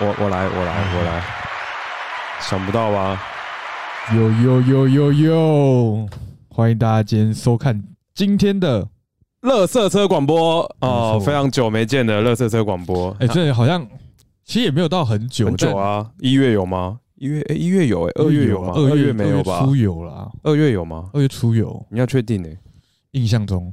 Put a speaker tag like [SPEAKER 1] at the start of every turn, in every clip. [SPEAKER 1] 我我来，
[SPEAKER 2] 哎
[SPEAKER 1] 我来，我来。想不到吧？
[SPEAKER 2] 呦呦呦呦呦！欢迎大家今天收看今天的，
[SPEAKER 1] 乐色车广播哦
[SPEAKER 2] 没错，
[SPEAKER 1] 非常久没见的乐色车广播。
[SPEAKER 2] 哎、这好像其实也没有到很久，
[SPEAKER 1] 很久啊，一月有吗？一月哎，一月有哎，
[SPEAKER 2] 但，
[SPEAKER 1] 二月有吗？
[SPEAKER 2] 二
[SPEAKER 1] 二
[SPEAKER 2] 月
[SPEAKER 1] 月没有吧
[SPEAKER 2] 二月？初有啦，
[SPEAKER 1] 二月有吗？
[SPEAKER 2] 二月初有，
[SPEAKER 1] 你要确定哎。
[SPEAKER 2] 印象中，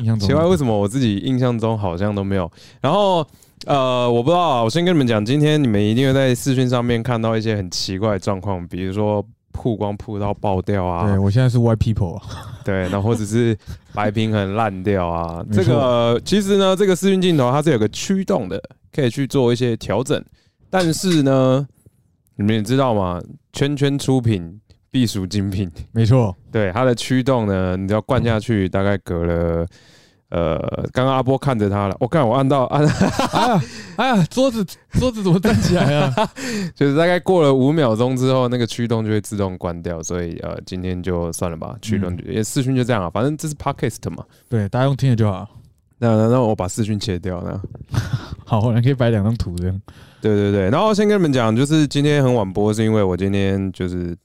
[SPEAKER 2] 印象 中，
[SPEAKER 1] 奇怪，为
[SPEAKER 2] 么？
[SPEAKER 1] 什么我自己印象中好像都没有？然后呃，我不知道啊，我先跟你们讲，今天你们一定会在视讯上面看到一些很奇怪的状况，比如说曝光曝到爆掉啊，
[SPEAKER 2] 对我现在是 White People 啊，。
[SPEAKER 1] 对，然后或者是白平衡烂掉啊
[SPEAKER 2] 没错
[SPEAKER 1] 这个其实呢，这个视讯镜头它是有个驱动的，可以去做一些调整。但是呢，你们也知道嘛，圈圈出品必属精品。
[SPEAKER 2] 没 错，
[SPEAKER 1] 对它的驱动呢，你只要灌下去，大概隔了。呃，刚刚阿波看着他了，我、看我按到 按，
[SPEAKER 2] 哎呀哎呀，桌子桌子怎么站起来啊了？
[SPEAKER 1] 就是大概过了五秒钟之后，那个驱动就会自动关掉，所以呃，今天就算了吧，驱
[SPEAKER 2] 嗯
[SPEAKER 1] 动就、也视讯就这样啊，反正这是 podcast 嘛，
[SPEAKER 2] 对，大家用听的就好。
[SPEAKER 1] 那那那我把视讯切掉那。
[SPEAKER 2] 好，我们可以摆两张图这样。
[SPEAKER 1] 对对对，然后先跟你们讲，就是今天很晚播，是因为我今天就是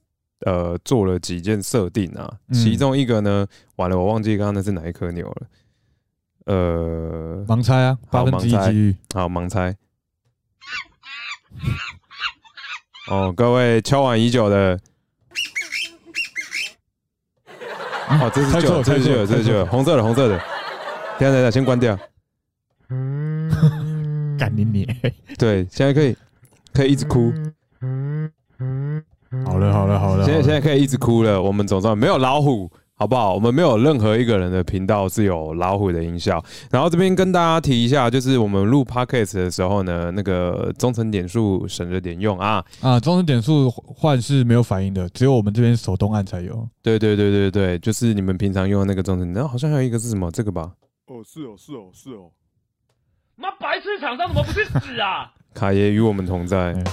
[SPEAKER 1] 呃做了几件设定啊，
[SPEAKER 2] 嗯
[SPEAKER 1] 其中一个呢，完了我忘记刚刚那是哪一颗钮了，呃，
[SPEAKER 2] 盲猜啊，八
[SPEAKER 1] 好
[SPEAKER 2] 分之一
[SPEAKER 1] 盲猜
[SPEAKER 2] 几率。
[SPEAKER 1] 好盲猜。哦，各位敲碗已久的，哦，这是
[SPEAKER 2] 啊猜
[SPEAKER 1] 就有
[SPEAKER 2] 错
[SPEAKER 1] 这是就有
[SPEAKER 2] 猜
[SPEAKER 1] 这
[SPEAKER 2] 错
[SPEAKER 1] 是就有
[SPEAKER 2] 猜
[SPEAKER 1] 红色的，红色的。等一下等一下，先关掉。
[SPEAKER 2] 干你你！
[SPEAKER 1] 对，现在可以可以一直哭。
[SPEAKER 2] 好了好了好了，
[SPEAKER 1] 现在
[SPEAKER 2] 好
[SPEAKER 1] 现
[SPEAKER 2] 了
[SPEAKER 1] 在可以一直哭了，我们总算没有老虎，好不好？我们没有任何一个人的频道是有老虎的音效。然后这边跟大家提一下，就是我们录 podcast 的时候呢，那个忠诚点数省着点用啊。
[SPEAKER 2] 啊，终身点数换是没有反应的，只有我们这边手动按才有。
[SPEAKER 1] 对对对对对，就是你们平常用的那个忠诚，然后好像还有一个是什么？这个吧，
[SPEAKER 3] 哦，是哦，是哦，是哦。
[SPEAKER 4] 妈，白痴厂商怎么不去死啊？
[SPEAKER 1] 卡爷与我们同在
[SPEAKER 2] 嗯。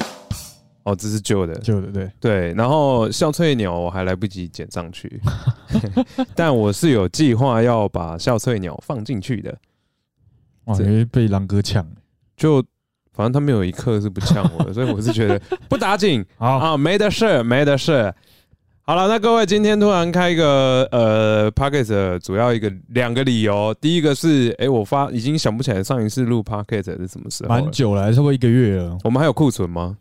[SPEAKER 1] 哦，这是旧的，
[SPEAKER 2] 就的对，
[SPEAKER 1] 对。然后笑翠鸟我还来不及剪上 去，但我是有计划要把笑翠鸟放进去的。
[SPEAKER 2] 哇，
[SPEAKER 1] 这
[SPEAKER 2] 你会被狼哥呛。
[SPEAKER 1] 就反正他们有一刻是不呛我 的，所以我是觉得不打紧
[SPEAKER 2] 好，
[SPEAKER 1] 啊，没得事，没得事。好了，那各位今天突然开一个呃 p o c k e t 的主要一个两个理由，第一个是哎、诶我发已经想不起来上一次录 p o c k e t 是什么时候了
[SPEAKER 2] 蛮久了，差不多一个月了，
[SPEAKER 1] 我们还有库存吗？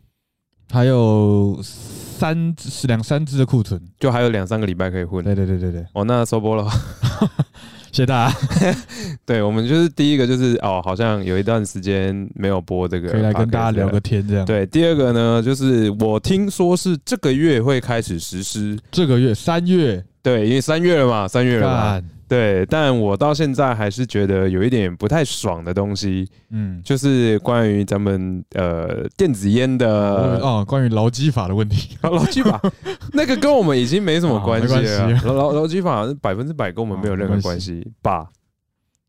[SPEAKER 2] 还有三只两三只的库存。
[SPEAKER 1] 就还有两三个礼拜可以混
[SPEAKER 2] 对对对对对，
[SPEAKER 1] 哦，那收播了。
[SPEAKER 2] 谢谢大家，
[SPEAKER 1] 对，我们就是第一个就是哦，好像有一段时间没有播这个 podcast
[SPEAKER 2] 可
[SPEAKER 1] 了，
[SPEAKER 2] 以来跟大家聊个天这样。，
[SPEAKER 1] 对，第二个呢，就是我听说是这个月会开始实施，
[SPEAKER 2] 这个月三月，
[SPEAKER 1] 对，因为三月了嘛，三月了嘛，
[SPEAKER 2] 干
[SPEAKER 1] 对。但我到现在还是觉得有一点不太爽的东西，
[SPEAKER 2] 嗯，
[SPEAKER 1] 就是关于咱们呃电子烟
[SPEAKER 2] 我
[SPEAKER 1] 的
[SPEAKER 2] 哦，关于劳基法的问题，
[SPEAKER 1] 劳基法， 那个跟我们已经没什么关系了
[SPEAKER 2] 啊没关
[SPEAKER 1] 啊。
[SPEAKER 2] 系哦
[SPEAKER 1] 劳劳劳基法百分之百跟我们没有任何关系吧？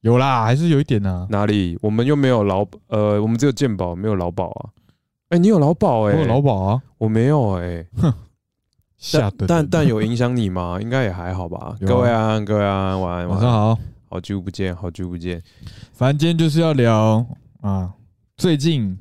[SPEAKER 2] 有啦，还是有一点啊呐。
[SPEAKER 1] 哪里？我们又没有劳呃，我们只有健保，没有劳保啊。哎，你有劳保
[SPEAKER 2] 我
[SPEAKER 1] 哎、
[SPEAKER 2] 有劳保啊，
[SPEAKER 1] 我没有哎、
[SPEAKER 2] 吓
[SPEAKER 1] 但
[SPEAKER 2] 得
[SPEAKER 1] 但
[SPEAKER 2] 人啊
[SPEAKER 1] 但有影响你吗？应该也还好吧。
[SPEAKER 2] 有啊
[SPEAKER 1] 各位安安，各位安安，晚 安，
[SPEAKER 2] 晚
[SPEAKER 1] 晚
[SPEAKER 2] 上
[SPEAKER 1] 安。
[SPEAKER 2] 好，
[SPEAKER 1] 好久不见，好久不见。
[SPEAKER 2] 反正今天就是要聊啊，最近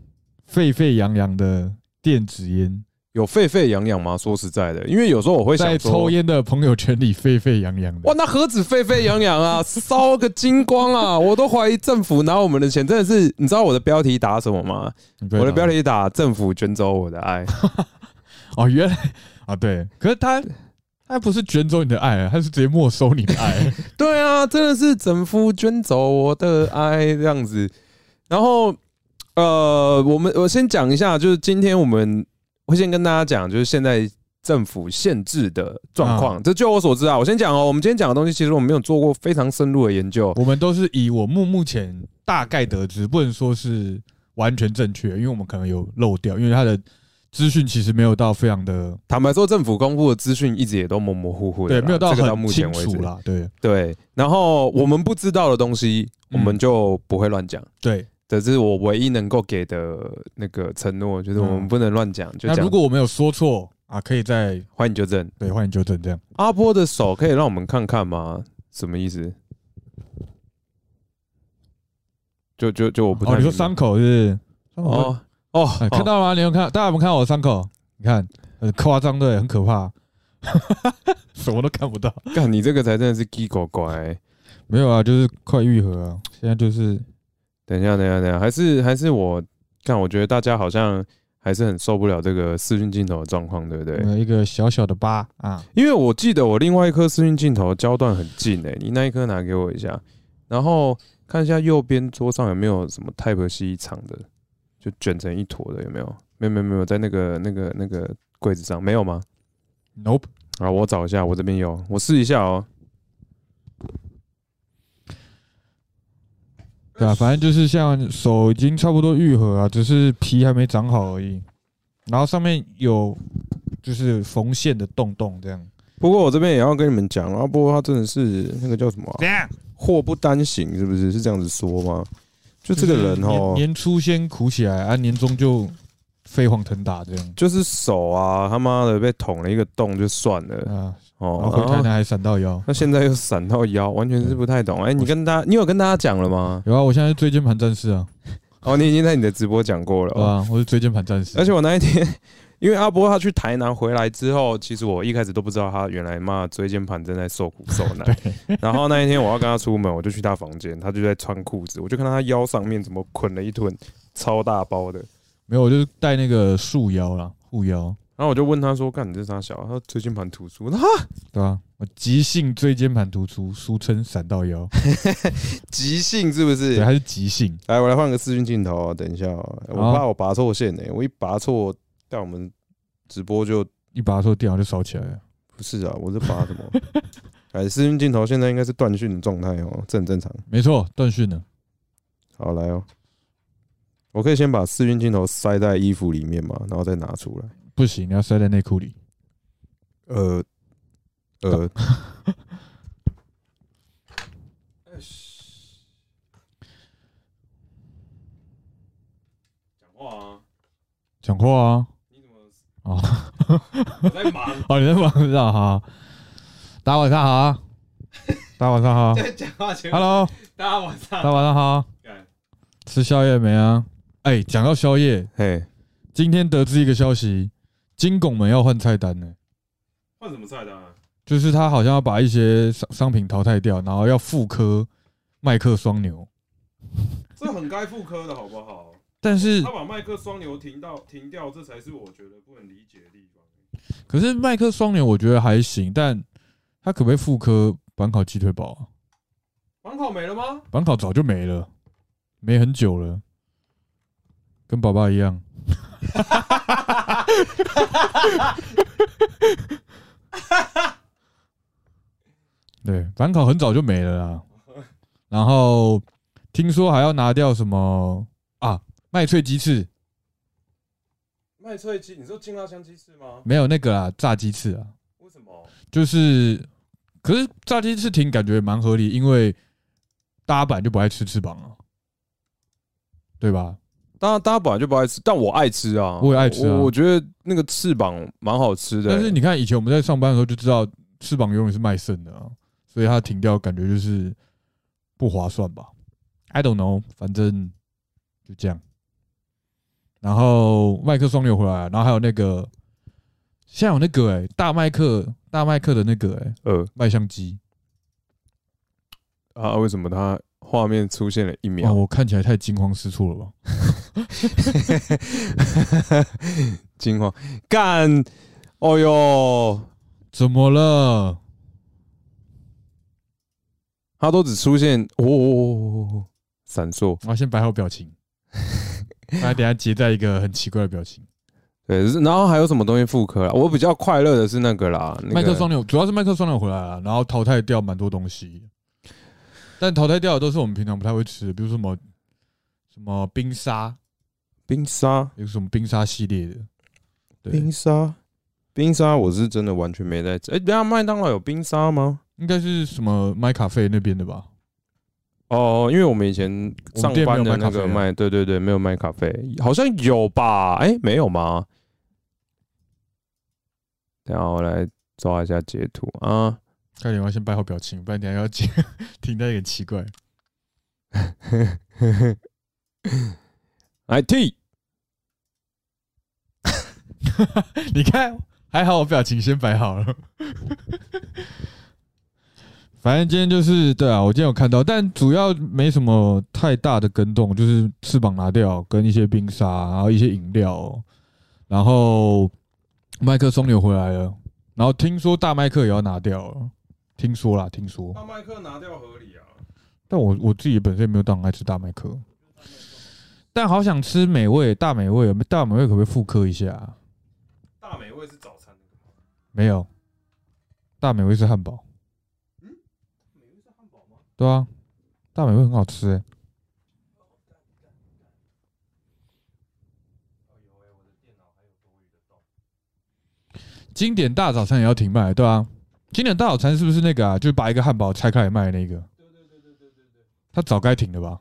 [SPEAKER 2] 沸沸扬扬的电子烟。
[SPEAKER 1] 有沸沸扬扬吗？说实在的，因为有时候我会想
[SPEAKER 2] 在
[SPEAKER 1] 说
[SPEAKER 2] 抽，烟的朋友圈里沸沸扬扬
[SPEAKER 1] 哇
[SPEAKER 2] 的，，
[SPEAKER 1] 那何止沸沸扬扬 啊，烧个精光啊！我都怀疑政府拿我们的钱，真的是，你知道我的标题打什么吗？
[SPEAKER 2] 你不要
[SPEAKER 1] 我的标
[SPEAKER 2] 打
[SPEAKER 1] 题打“政府卷走我的 爱
[SPEAKER 2] 哦，原来啊，对，可是他他不是卷走你的爱，啊他是直接没收你的爱，”。
[SPEAKER 1] 对啊，真的是政府卷走我的爱这样子。然后，呃，我们我先讲一下，就是今天我们会先跟大家讲，就是现在政府限制的状况。这就我所知啊，我先讲哦，我们今天讲的东西，其实我们没有做过非常深入的研究。
[SPEAKER 2] 我们都是以我目目前大概得知，不能说是完全正确，因为我们可能有漏掉，因为他的资讯其实没有到非常的
[SPEAKER 1] 坦白说，政府公布的资讯一直也都模模糊糊的
[SPEAKER 2] 对，
[SPEAKER 1] 啦，
[SPEAKER 2] 没有到
[SPEAKER 1] 这个到
[SPEAKER 2] 很
[SPEAKER 1] 目
[SPEAKER 2] 清
[SPEAKER 1] 前为
[SPEAKER 2] 楚
[SPEAKER 1] 止。
[SPEAKER 2] 啦，对
[SPEAKER 1] 对，然后我们不知道的东西，我
[SPEAKER 2] 嗯
[SPEAKER 1] 们就不会乱讲。
[SPEAKER 2] 对。
[SPEAKER 1] 这是我唯一能够给的那个承诺，就是我们
[SPEAKER 2] 嗯
[SPEAKER 1] 不能乱讲，就
[SPEAKER 2] 那
[SPEAKER 1] 讲
[SPEAKER 2] 如。果我没有说错啊，可以再
[SPEAKER 1] 欢迎纠正。
[SPEAKER 2] 对哦欢迎纠正这样。
[SPEAKER 1] 阿波的手可以让我们看看吗？什么意思？就就就我不太
[SPEAKER 2] 哦，你说
[SPEAKER 1] 明白
[SPEAKER 2] 哦伤口是不是伤口会
[SPEAKER 1] 哦哦
[SPEAKER 2] 哎，看到了吗？你有看？大家有没有看到我的伤口？你看，很夸张的，很 可怕，什么都看不到。
[SPEAKER 1] 哦干你这个才真的是 G 狗乖、
[SPEAKER 2] 没有啊，就是快愈合啊。现在就是
[SPEAKER 1] 等一下，等一下，等一下，还是还是我看，我觉得大家好像还是很受不了这个视讯镜头的状况，对不对？
[SPEAKER 2] 有一个小小的疤 啊，
[SPEAKER 1] 因为我记得我另外一颗视讯镜头焦段很近诶、你那一颗拿给我一下，然后看一下右边桌上有没有什么 Type C 长的，就卷成一坨的有没有？没有没有没有，在那个那个那个柜子上没有吗？
[SPEAKER 2] Nope，
[SPEAKER 1] 啊，我找一下，我这边有，我试一下哦。
[SPEAKER 2] 对啊，反正就是像手已经差不多愈合啊，只是皮还没长好而已。然后上面有就是缝线的洞洞这样。
[SPEAKER 1] 不过我这边也要跟你们讲啊，不过它真的是那个叫什么啊、
[SPEAKER 2] 样？
[SPEAKER 1] 祸不单行，是不是？是这样子说吗？就这个人
[SPEAKER 2] 就是年
[SPEAKER 1] 哦，
[SPEAKER 2] 年初先苦起来啊，年终就飞黄腾达这样
[SPEAKER 1] 就是手啊，他妈的被捅了一个洞就算了
[SPEAKER 2] 啊。然后
[SPEAKER 1] 哦，
[SPEAKER 2] 回台
[SPEAKER 1] 然后
[SPEAKER 2] 南还闪到腰。
[SPEAKER 1] 那现在又闪到腰，完全是不太懂。哎，你跟他，你有跟大家讲了吗？
[SPEAKER 2] 有啊，我现在是椎间盘战士啊，
[SPEAKER 1] 哦，你已经在你的直播讲过了
[SPEAKER 2] 对
[SPEAKER 1] 哦。
[SPEAKER 2] 啊，我是椎间盘战士。
[SPEAKER 1] 而且我那一天，因为阿波他去台南回来之后，其实我一开始都不知道他原来嘛椎间盘正在受苦受难。然后那一天我要跟他出门，我就去他房间，他就在穿裤子，我就看到他腰上面怎么捆了一捆超大包的。
[SPEAKER 2] 没有，我就是戴那个束腰啦，护腰，
[SPEAKER 1] 然后我就问他说：“干，你这啥小？”他说：“椎间盘突出。”他
[SPEAKER 2] 对吧、我急性椎间盘突出，俗称闪到腰，
[SPEAKER 1] 急性是不
[SPEAKER 2] 对，
[SPEAKER 1] 是？
[SPEAKER 2] 它是急性。
[SPEAKER 1] 来，我来换个视讯镜头、哦，等一下、哦，我
[SPEAKER 2] 好
[SPEAKER 1] 怕我拔错线呢、我一拔错，但我们直播就
[SPEAKER 2] 一拔出电脑就烧起来了。
[SPEAKER 1] 不是啊，我是拔什么？哎，视讯镜头现在应该是断讯的状态哦，这很正常。
[SPEAKER 2] 没错，断讯了。
[SPEAKER 1] 好，来哦，我可以先把视讯镜头塞在衣服里面嘛，然后再拿出来。
[SPEAKER 2] 不行，你要塞在内裤里。
[SPEAKER 1] 呃，呃，
[SPEAKER 4] 讲话啊，
[SPEAKER 2] 讲话啊！
[SPEAKER 4] 你怎么
[SPEAKER 2] 哦，
[SPEAKER 4] 我在忙？
[SPEAKER 2] 哦，你在忙是吧？好，大家晚上好 啊，大家晚上好啊
[SPEAKER 4] 讲话前
[SPEAKER 2] ，Hello，
[SPEAKER 4] 大家
[SPEAKER 2] 大
[SPEAKER 4] 晚上
[SPEAKER 2] 家晚上好，啊
[SPEAKER 4] 干
[SPEAKER 2] 吃宵夜没啊？哎，讲到宵夜，
[SPEAKER 1] 嘿，
[SPEAKER 2] 今天得知一个消息，金拱门要换菜单呢、
[SPEAKER 4] 换什么菜单啊？
[SPEAKER 2] 就是他好像要把一些商商品淘汰掉，然后要复刻麦克双牛，
[SPEAKER 4] 这很该妇科的好不好？
[SPEAKER 2] 但是
[SPEAKER 1] 哦
[SPEAKER 4] 他把麦克双牛停到停掉，这才是我觉得不能理解的地方。
[SPEAKER 2] 可是麦克双牛我觉得还行，但他可不可以复刻板烤鸡腿堡啊？
[SPEAKER 4] 港口没了吗？
[SPEAKER 2] 板烤早就没了，没很久了，跟爸爸一样。对，板烤很早就没了啦。然后听说还要拿掉什么啊？麦脆鸡翅
[SPEAKER 4] 麦脆鸡，你说金辣香鸡翅吗？
[SPEAKER 2] 没有那个啦，炸鸡翅啊，
[SPEAKER 4] 为什么？
[SPEAKER 2] 就是，可是炸鸡翅挺感觉蛮合理，因为大家本来就不爱吃翅膀啊，对吧？
[SPEAKER 1] 大家大家本来就不爱吃，但我爱吃啊，
[SPEAKER 2] 我也爱吃啊
[SPEAKER 1] 我我觉得那个翅膀蛮好吃的、欸
[SPEAKER 2] 但是你看，以前我们在上班的时候就知道，翅膀永远是卖剩的啊，所以它停掉感觉就是不划算吧？I don't know，反正就这样。然后麦克双流回来，啊然后还有那个，现在有那个哎、大麦克大麦克的那个哎、
[SPEAKER 1] 呃
[SPEAKER 2] 麦香鸡，
[SPEAKER 1] 啊，为什么它画面出现了一
[SPEAKER 2] 哇，
[SPEAKER 1] 秒？
[SPEAKER 2] 哦我看起来太惊慌失措了吧？
[SPEAKER 1] 惊慌干，哦哟，
[SPEAKER 2] 怎么了？
[SPEAKER 1] 它都只出现哦哦哦哦哦闪烁，
[SPEAKER 2] 我要先摆好 表情，大家等一下结在一个很奇怪的表情。
[SPEAKER 1] 对，然后还有什么东西复刻啦？我比较快乐的是那个啦，那个
[SPEAKER 2] 麦克双流主要是麦克双流回来了，然后淘汰掉蛮多东西，但淘汰掉的都是我们平常不太会吃的，比如说什么什么冰沙，
[SPEAKER 1] 冰沙，
[SPEAKER 2] 有什么冰沙系列的，对
[SPEAKER 1] 冰，沙，冰沙，我是真的完全没在吃。哎、等一下麦当劳有冰沙吗？
[SPEAKER 2] 应该是什么麦咖啡那边的吧？
[SPEAKER 1] 哦，因为我们以前上班的那个
[SPEAKER 2] 我们店没有卖咖啡啊
[SPEAKER 1] 卖，对对对，没有卖咖啡，好像有吧？哎、没有吗？然后来抓一下截图啊，
[SPEAKER 2] 快点，我要先摆好表情，不然等一下要 停停在一个很奇怪。
[SPEAKER 1] 来 T
[SPEAKER 2] 你看，还好我表情先摆好了。 反正今天就是对啊，我今天有看到，但主要没什么太大的跟动，就是翅膀拿掉，跟一些冰沙，然后一些饮料，然后麦克松牛回来了，然后听说大麦克也要拿掉了，听说啦，听说。
[SPEAKER 4] 大麦克拿掉合理啊，
[SPEAKER 2] 但我我自己本身也没有当爱吃大麦克，但好想吃美味大美味，大美味可不可以复刻一下啊、
[SPEAKER 4] 大美味是早餐的，
[SPEAKER 2] 没有，大美味是汉堡。
[SPEAKER 4] 嗯美味是汉堡吗？
[SPEAKER 2] 对啊，大美味很好吃、欸。经典大早餐也要停卖，对啊。经典大早餐是不是那个啊？就是把一个汉堡拆开来卖的那个？
[SPEAKER 4] 对对对对对对对，
[SPEAKER 2] 他早该停了吧？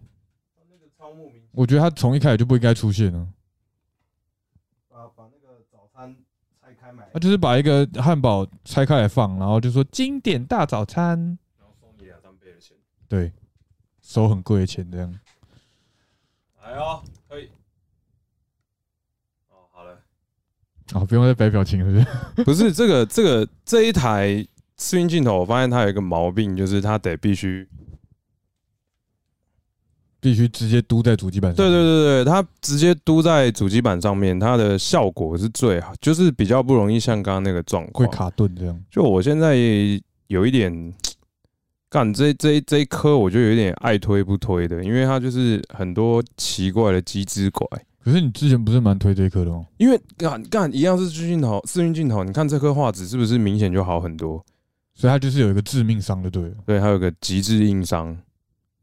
[SPEAKER 4] 他那个超莫名，
[SPEAKER 2] 我觉得他从一开始就不应该出现了。
[SPEAKER 4] 把把那个早餐拆开买
[SPEAKER 2] 他就是把一个汉堡拆开来放，然后就说经典大早餐，
[SPEAKER 4] 然后送你两张杯的钱。
[SPEAKER 2] 对，收很贵的钱这样。
[SPEAKER 4] 哎呦，可以。哦，好了，
[SPEAKER 2] 啊，不用再摆表情了是不是？
[SPEAKER 1] 不是这个这个这一台视频镜头，我发现它有一个毛病，就是它得必须，
[SPEAKER 2] 必须直接嘟在主机板上。
[SPEAKER 1] 对对对对，它直接嘟在主机板上面，它的效果是最好，就是比较不容易像刚刚那个状
[SPEAKER 2] 会
[SPEAKER 1] 况。
[SPEAKER 2] 卡顿这样。
[SPEAKER 1] 就我现在有一点干这这这一颗，我就有一点爱推不推的，因为它就是很多奇怪的机制拐。
[SPEAKER 2] 可是你之前不是蛮推这一颗的哦吗？
[SPEAKER 1] 因为干干一样是视讯头，视讯镜头，你看这颗画质是不是明显就好很多？
[SPEAKER 2] 所以它就是有一个致命伤就对了，
[SPEAKER 1] 对，还有个极致硬伤，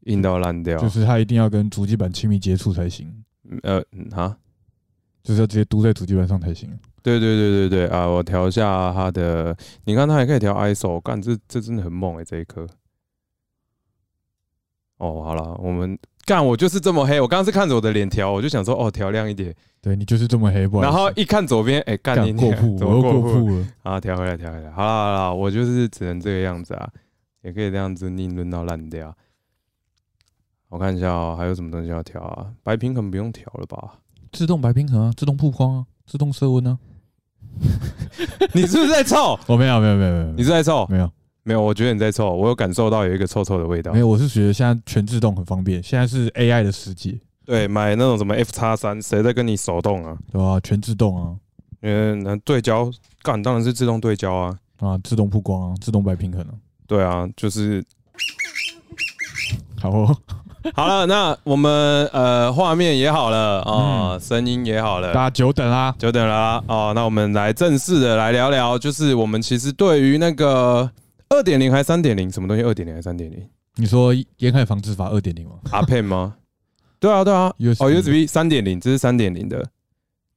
[SPEAKER 1] 硬到烂掉。
[SPEAKER 2] 就是它一定要跟主机板亲密接触才行，
[SPEAKER 1] 呃嗯啊，
[SPEAKER 2] 就是要直接嘟在主机板上才行。
[SPEAKER 1] 对对对对对啊！我调一下它的，你看它还可以调 ISO，干这这真的很猛哎、这一颗。哦，好了，我们干我就是这么黑，我刚刚是看着我的脸调，我就想说哦调亮一点，
[SPEAKER 2] 对你就是这么黑，不好意
[SPEAKER 1] 然
[SPEAKER 2] 思
[SPEAKER 1] 后一看左边，哎、干你
[SPEAKER 2] 干过
[SPEAKER 1] 娘
[SPEAKER 2] 曝，
[SPEAKER 1] 怎
[SPEAKER 2] 我
[SPEAKER 1] 么
[SPEAKER 2] 又
[SPEAKER 1] 过
[SPEAKER 2] 过
[SPEAKER 1] 曝
[SPEAKER 2] 曝了。
[SPEAKER 1] 啊？调回来调回来，好啦好啦，我就是只能这个样子啊，也可以这样子拧抡到烂掉。我看一下哦，还有什么东西要调啊？白平衡不用调了吧？
[SPEAKER 2] 自动白平衡啊，自动曝光啊，自动色温啊。
[SPEAKER 1] 你是不是在 凑？
[SPEAKER 2] 哦，没有没有没有没有，
[SPEAKER 1] 你是在凑？
[SPEAKER 2] 没有
[SPEAKER 1] 没有，我觉得你在凑，我有感受到有一个臭臭的味道
[SPEAKER 2] 没。有，我是觉得现在全自动很方便，现在是 AI 的世界，
[SPEAKER 1] 对，买那种什么 F 叉三，谁在跟你手动啊？
[SPEAKER 2] 对吧？全自动啊
[SPEAKER 1] 嗯，那对焦干当然是自动对焦啊。
[SPEAKER 2] 啊，自动曝光啊，自动白平衡啊。
[SPEAKER 1] 对啊， 就是
[SPEAKER 2] 好哦，
[SPEAKER 1] 好了。那我们呃，画面也好了啊、
[SPEAKER 2] 嗯
[SPEAKER 1] 声音也好
[SPEAKER 2] 大
[SPEAKER 1] 了，
[SPEAKER 2] 家久等啦。
[SPEAKER 1] 久等了啊、哦那我们来正式的来聊聊，就是我们其实对于那个二点零还三点零什么东西，二点零还三点零
[SPEAKER 2] 你说沿海防治法二点零吗？
[SPEAKER 1] 阿片吗？ 对啊，对啊，哦，USB 三点零，这是三点零的，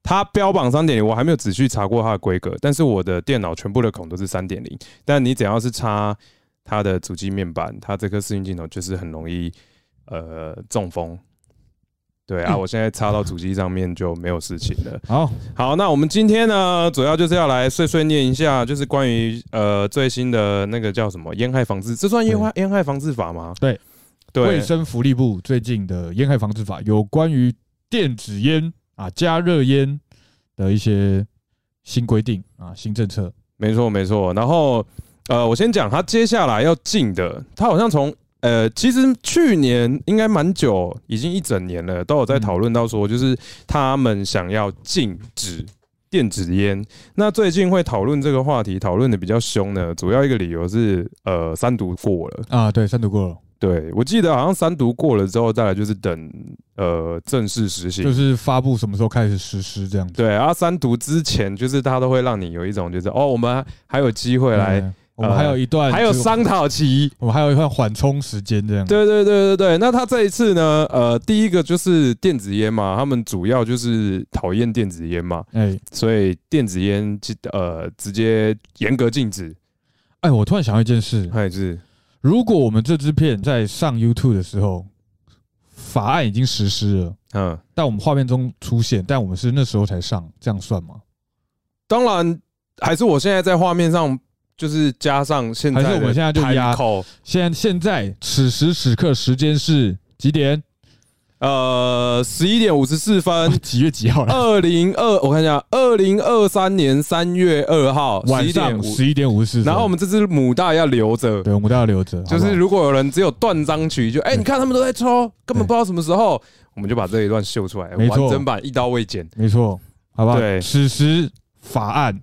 [SPEAKER 1] 它标榜三点零，我还没有仔细查过它的规格，但是我的电脑全部的孔都是三点零，但你只要是插它的主机面板，它这颗视讯镜头就是很容易呃中风。对啊，我现在插到主机上面就没有事情了。
[SPEAKER 2] 好，
[SPEAKER 1] 好，那我们今天呢，主要就是要来碎碎念一下，就是关于呃最新的那个叫什么烟害防治，这算烟害烟害防治法吗？
[SPEAKER 2] 对，卫
[SPEAKER 1] 对，
[SPEAKER 2] 生福利部最近的烟害防治法有关于电子烟啊、加热烟的一些新规定啊、新政策。
[SPEAKER 1] 没错，没错。然后，呃，我先讲他接下来要进的，他好像从呃，其实去年应该蛮久，已经一整年了，都有在讨论到说，就是他们想要禁止电子烟。那最近会讨论这个话题，讨论的比较凶呢，主要一个理由是，呃，三读过了。
[SPEAKER 2] 啊，对，三读过了，
[SPEAKER 1] 对我记得好像三读过了之后，再来就是等呃正式实行
[SPEAKER 2] 就。是发布什么时候开始实施这样子。
[SPEAKER 1] 对，啊，三读之前就是他都会让你有一种就是哦，我们还有机会来呃
[SPEAKER 2] 嗯，我们还有一段，
[SPEAKER 1] 还有，商讨期。
[SPEAKER 2] 我们还有一段缓冲时间这样。
[SPEAKER 1] 对对对对对，那他这一次呢？呃，第一个就是电子烟嘛，他们主要就是讨厌电子烟嘛，
[SPEAKER 2] 哎
[SPEAKER 1] 所以电子烟即呃直接严格禁止。
[SPEAKER 2] 哎，我突然想到一 件事，
[SPEAKER 1] 还是
[SPEAKER 2] 如果我们这支片在上 YouTube 的时候，法案已经实施了，
[SPEAKER 1] 嗯，
[SPEAKER 2] 但我们画面中出现，但我们是那时候才上，这样算吗？
[SPEAKER 1] 当然还是我现在在画面上就是加上现在的
[SPEAKER 2] 还是我们现在就压
[SPEAKER 1] title
[SPEAKER 2] 现现在此时此刻时间是几点？，
[SPEAKER 1] 呃，十一点五十四分
[SPEAKER 2] 几月几号了？
[SPEAKER 1] 二零二，我看一下，二零二三年三月二号
[SPEAKER 2] 晚
[SPEAKER 1] 11点
[SPEAKER 2] 上
[SPEAKER 1] 五
[SPEAKER 2] 十一点五十四。
[SPEAKER 1] 然后我们这只母大要留着，
[SPEAKER 2] 对，我们都要留着，
[SPEAKER 1] 就
[SPEAKER 2] 好
[SPEAKER 1] 是
[SPEAKER 2] 不好
[SPEAKER 1] 如果有人只有断章取义，就哎、你看他们都在抽，根本不知道什么时候，我们就把这一段秀出来，
[SPEAKER 2] 没错
[SPEAKER 1] 完整版一刀未剪，
[SPEAKER 2] 没错，好不好？
[SPEAKER 1] 对
[SPEAKER 2] 实施法案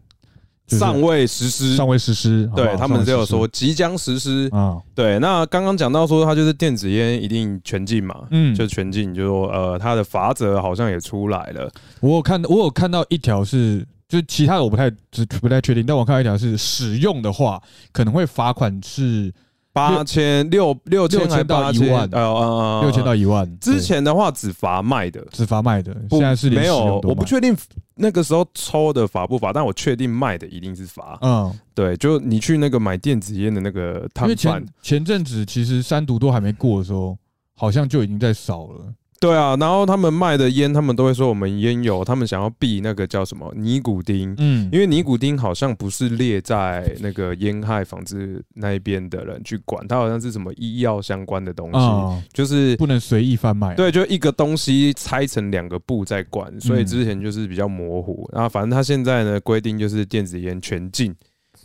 [SPEAKER 2] 就是
[SPEAKER 1] 尚未实施。
[SPEAKER 2] 尚未实施，好不好
[SPEAKER 1] 对他们只有
[SPEAKER 2] 尚
[SPEAKER 1] 说
[SPEAKER 2] 未实
[SPEAKER 1] 即将实施
[SPEAKER 2] 施。啊，
[SPEAKER 1] 对，那刚刚讲到说，它就是电子烟一定全禁嘛，
[SPEAKER 2] 嗯，
[SPEAKER 1] 就全禁，就说呃，它的法则好像也出来了。
[SPEAKER 2] 我有看，我有看到一条是，就是其他的我不太只不太确定，但我看到一条是使用的话可能会罚款是
[SPEAKER 1] 八千六六千还
[SPEAKER 2] 6000到
[SPEAKER 1] 八
[SPEAKER 2] 1万
[SPEAKER 1] 呃呃
[SPEAKER 2] 六千到一万，
[SPEAKER 1] 之
[SPEAKER 2] 对
[SPEAKER 1] 前的话只罚卖的，
[SPEAKER 2] 只罚卖的，
[SPEAKER 1] 不
[SPEAKER 2] 现在是连
[SPEAKER 1] 没
[SPEAKER 2] 使用
[SPEAKER 1] 有，
[SPEAKER 2] 都
[SPEAKER 1] 我不
[SPEAKER 2] 卖，
[SPEAKER 1] 确定那个时候抽的罚不罚，但我确定卖的一定是罚。
[SPEAKER 2] 嗯，
[SPEAKER 1] 对，就你去那个买电子烟的那个
[SPEAKER 2] 因
[SPEAKER 1] 摊
[SPEAKER 2] 为
[SPEAKER 1] 贩
[SPEAKER 2] 前，前阵子其实三毒都还没过的时候，好像就已经在少了，
[SPEAKER 1] 对啊，然后他们卖的烟，他们都会说我们烟友，他们想要避那个叫什么尼古丁。
[SPEAKER 2] 嗯，
[SPEAKER 1] 因为尼古丁好像不是列在那个烟害防治那一边的人去管，它好像是什么医药相关的东西，
[SPEAKER 2] 啊、
[SPEAKER 1] 就是
[SPEAKER 2] 不能随意贩卖，
[SPEAKER 1] 对，就一个东西拆成两个部在管，所
[SPEAKER 2] 嗯
[SPEAKER 1] 以之前就是比较模糊。然后反正他现在呢规定就是电子烟全禁，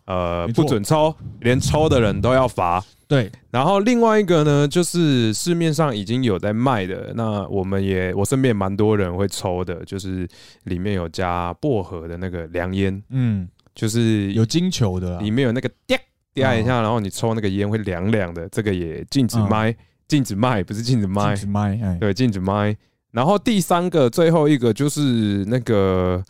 [SPEAKER 1] 呃，
[SPEAKER 2] 没错
[SPEAKER 1] 不准抽，连抽的人都要罚。
[SPEAKER 2] 对，
[SPEAKER 1] 然后另外一个呢，就是市面上已经有在卖的，那我们也我身边也蛮多人会抽的，就是里面有加薄荷的那个凉烟，
[SPEAKER 2] 嗯，
[SPEAKER 1] 就是
[SPEAKER 2] 有金球的啦
[SPEAKER 1] 里，面有那个嗲嗲一
[SPEAKER 2] 哦
[SPEAKER 1] 下，然后你抽那个烟会凉凉的，这个也禁止
[SPEAKER 2] 嗯
[SPEAKER 1] 卖，禁止卖不是禁止卖
[SPEAKER 2] 禁，止卖，哎，
[SPEAKER 1] 对，禁止麦。然后第三个、最后一个就是那个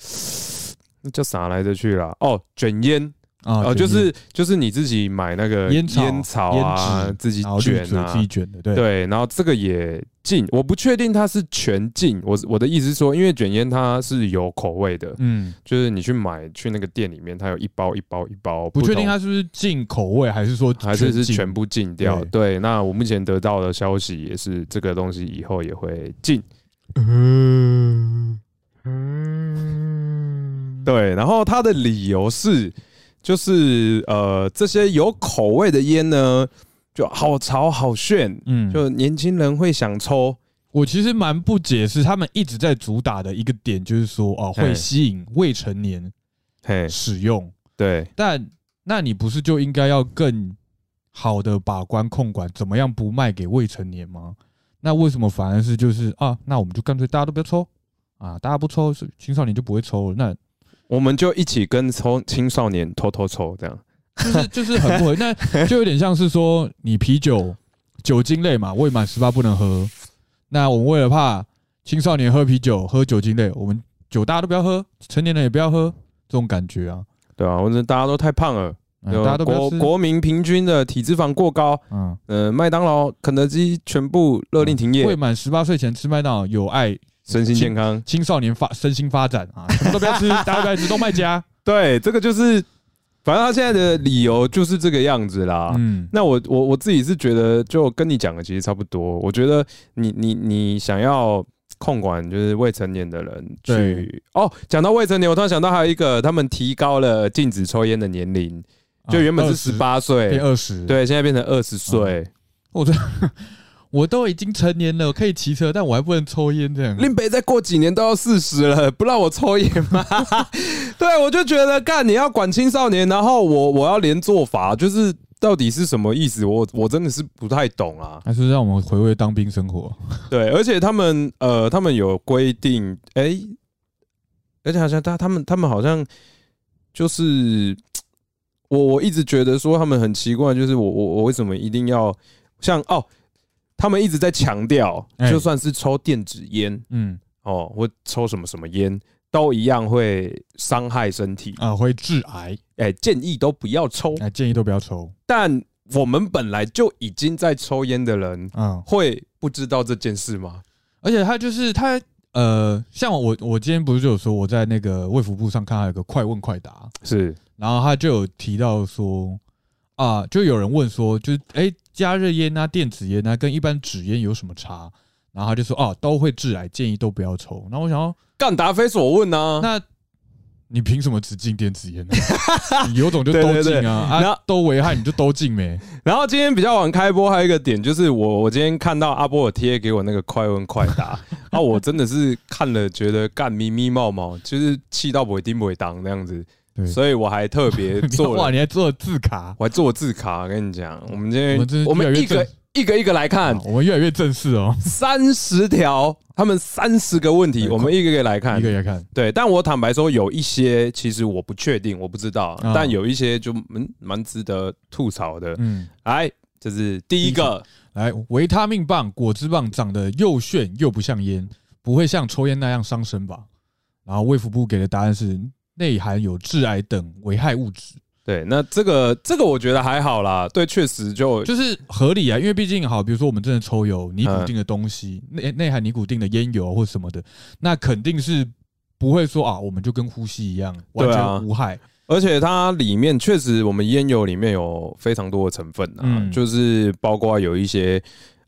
[SPEAKER 1] 那叫啥来着去了？哦，卷烟
[SPEAKER 2] 啊
[SPEAKER 1] 哦，就是就是你自己买那个
[SPEAKER 2] 烟草
[SPEAKER 1] 烟草啊
[SPEAKER 2] 烟，纸
[SPEAKER 1] 自己
[SPEAKER 2] 然后
[SPEAKER 1] 卷
[SPEAKER 2] 卷
[SPEAKER 1] 啊
[SPEAKER 2] 自己，卷的，对，
[SPEAKER 1] 对，然后这个也禁，我不确定它是全禁。我我的意思是说，因为卷烟它是有口味的，
[SPEAKER 2] 嗯，
[SPEAKER 1] 就是你去买去那个店里面，它有一包一包一包，
[SPEAKER 2] 不确定
[SPEAKER 1] 同
[SPEAKER 2] 它是不是进口味，还是说
[SPEAKER 1] 还是是
[SPEAKER 2] 进
[SPEAKER 1] 全部禁掉。对，那我目前得到的消息也是这个东西以后也会禁。
[SPEAKER 2] 呃
[SPEAKER 3] 嗯嗯，
[SPEAKER 1] 对，然后他的理由是，就是呃，这些有口味的烟呢，就好潮好炫，
[SPEAKER 2] 嗯，
[SPEAKER 1] 就年轻人会想抽。
[SPEAKER 2] 我其实蛮不解是他们一直在主打的一个点，就是说哦，
[SPEAKER 1] 嘿
[SPEAKER 2] 会吸引未成年
[SPEAKER 1] 嘿，
[SPEAKER 2] 使用，
[SPEAKER 1] 对
[SPEAKER 2] 但那你不是就应该要更好的把关控管，怎么样不卖给未成年吗？那为什么反而是就是啊，那我们就干脆大家都不要抽啊，大家不抽，是青少年就不会抽了，那
[SPEAKER 1] 我们就一起跟抽青少年偷偷抽这样。
[SPEAKER 2] 就是 就是很不合，那就有点像是说你啤酒酒精类嘛，未满十八不能喝。那我们为了怕青少年喝啤酒喝酒精类，我们酒大家都不要喝，成年人也不要喝，这种感觉啊，
[SPEAKER 1] 对啊，或者大家都太胖了，
[SPEAKER 2] 嗯
[SPEAKER 1] 有
[SPEAKER 2] 大家都不要
[SPEAKER 1] 国
[SPEAKER 2] 吃。
[SPEAKER 1] 国民平均的体脂肪过高，
[SPEAKER 2] 嗯，
[SPEAKER 1] 呃，麦当劳、肯德基全部勒令停
[SPEAKER 2] 未
[SPEAKER 1] 业，
[SPEAKER 2] 满十八岁前吃麦当劳有碍
[SPEAKER 1] 身心健康。
[SPEAKER 2] 青少年发身心发展 啊，什么都不要吃，大家都不要吃，都卖家。
[SPEAKER 1] 对，这个就是，反正他现在的理由就是这个样子啦。
[SPEAKER 2] 嗯，
[SPEAKER 1] 那我我我自己是觉得，就跟你讲的其实差不多。我觉得你你你想要控管就是未成年的人去
[SPEAKER 2] 对
[SPEAKER 1] 哦。讲到未成年，我突然想到还有一个，他们提高了禁止抽烟的年龄，
[SPEAKER 2] 啊
[SPEAKER 1] 就原本是十嗯八
[SPEAKER 2] 20
[SPEAKER 1] 岁，
[SPEAKER 2] 变二十，，
[SPEAKER 1] 对，现在变成二十岁。
[SPEAKER 2] 我都已经成年了，我可以骑车，但我还不能抽烟，这样。
[SPEAKER 1] 令北再过几年都要四十了，不让我抽烟吗？对，我就觉得干你要管青少年，然后我我要连做法，就是到底是什么意思？我我真的是不太懂啊。
[SPEAKER 2] 还是让我们回味当兵生活。
[SPEAKER 1] 对，而且他们呃，他们有规定，哎、而且好像他他们他们好像就是我我一直觉得说他们很奇怪，就是我我我为什么一定要像哦，他们一直在强调，
[SPEAKER 2] 哎
[SPEAKER 1] 就算是抽电子烟
[SPEAKER 2] 嗯，
[SPEAKER 1] 哦，或抽什么什么烟。都一样会伤害身体，
[SPEAKER 2] 啊，会致癌。
[SPEAKER 1] 哎、建议都不要抽。
[SPEAKER 2] 哎，建议都不要抽。
[SPEAKER 1] 但我们本来就已经在抽烟的人，
[SPEAKER 2] 嗯，
[SPEAKER 1] 会不知道这件事吗？
[SPEAKER 2] 而且他就是他呃，像我我今天不是就有说我在那个卫福部上看到有个快问快答，
[SPEAKER 1] 是，
[SPEAKER 2] 然后他就有提到说啊，就有人问说，就是哎、加热烟啊、电子烟啊，跟一般纸烟有什么差？然后他就说哦、都会致癌，建议都不要抽。然后我想要，
[SPEAKER 1] 干答非所问啊。
[SPEAKER 2] 那你凭什么只禁电子烟呢？你有种就
[SPEAKER 1] 对
[SPEAKER 2] 都
[SPEAKER 1] 对
[SPEAKER 2] 禁
[SPEAKER 1] 对
[SPEAKER 2] 啊，
[SPEAKER 1] 然
[SPEAKER 2] 啊
[SPEAKER 1] 后，
[SPEAKER 2] 都危害你就都禁呗。
[SPEAKER 1] 然后今天比较晚开播，还有一个点就是我我今天看到阿波有贴给我那个快问快答，啊，我真的是看了觉得干咪咪冒冒，就是气到不会丁不会当那样子
[SPEAKER 2] 对，
[SPEAKER 1] 所以我还特别做
[SPEAKER 2] 哇，
[SPEAKER 1] 了，
[SPEAKER 2] 你还做了字卡，
[SPEAKER 1] 我还做字卡，我跟你讲，我们今
[SPEAKER 2] 我
[SPEAKER 1] 天
[SPEAKER 2] 们真是
[SPEAKER 1] 哎我
[SPEAKER 2] 越来
[SPEAKER 1] 们
[SPEAKER 2] 越
[SPEAKER 1] 一个
[SPEAKER 2] 正
[SPEAKER 1] 一个一个来看
[SPEAKER 2] 啊我们越来越正式哦。
[SPEAKER 1] 三十条，他们三十个问题，
[SPEAKER 2] 对
[SPEAKER 1] 我们一个一个来看
[SPEAKER 2] 哎一个。一个看，
[SPEAKER 1] 对，但我坦白说，有一些其实我不确定，我不知道，
[SPEAKER 2] 嗯
[SPEAKER 1] 但有一些就蛮蛮值得吐槽的。
[SPEAKER 2] 嗯，
[SPEAKER 1] 来，这是第一个，
[SPEAKER 2] 来，维他命棒、果汁棒长得又炫又不像烟，不会像抽烟那样伤身吧？然后卫福部给的答案是内含有致癌等危害物质，
[SPEAKER 1] 对，那这个这个我觉得还好啦，对，嗯确实就
[SPEAKER 2] 就是合理啊，因为毕竟好，比如说我们真的抽有尼古丁的东西，内内含尼古丁的烟油或什么的，那肯定是不会说啊，我们就跟呼吸一样完
[SPEAKER 1] 对啊
[SPEAKER 2] 全无害。
[SPEAKER 1] 而且它里面确实我们烟油里面有非常多的成分啊，
[SPEAKER 2] 嗯
[SPEAKER 1] 就是包括有一些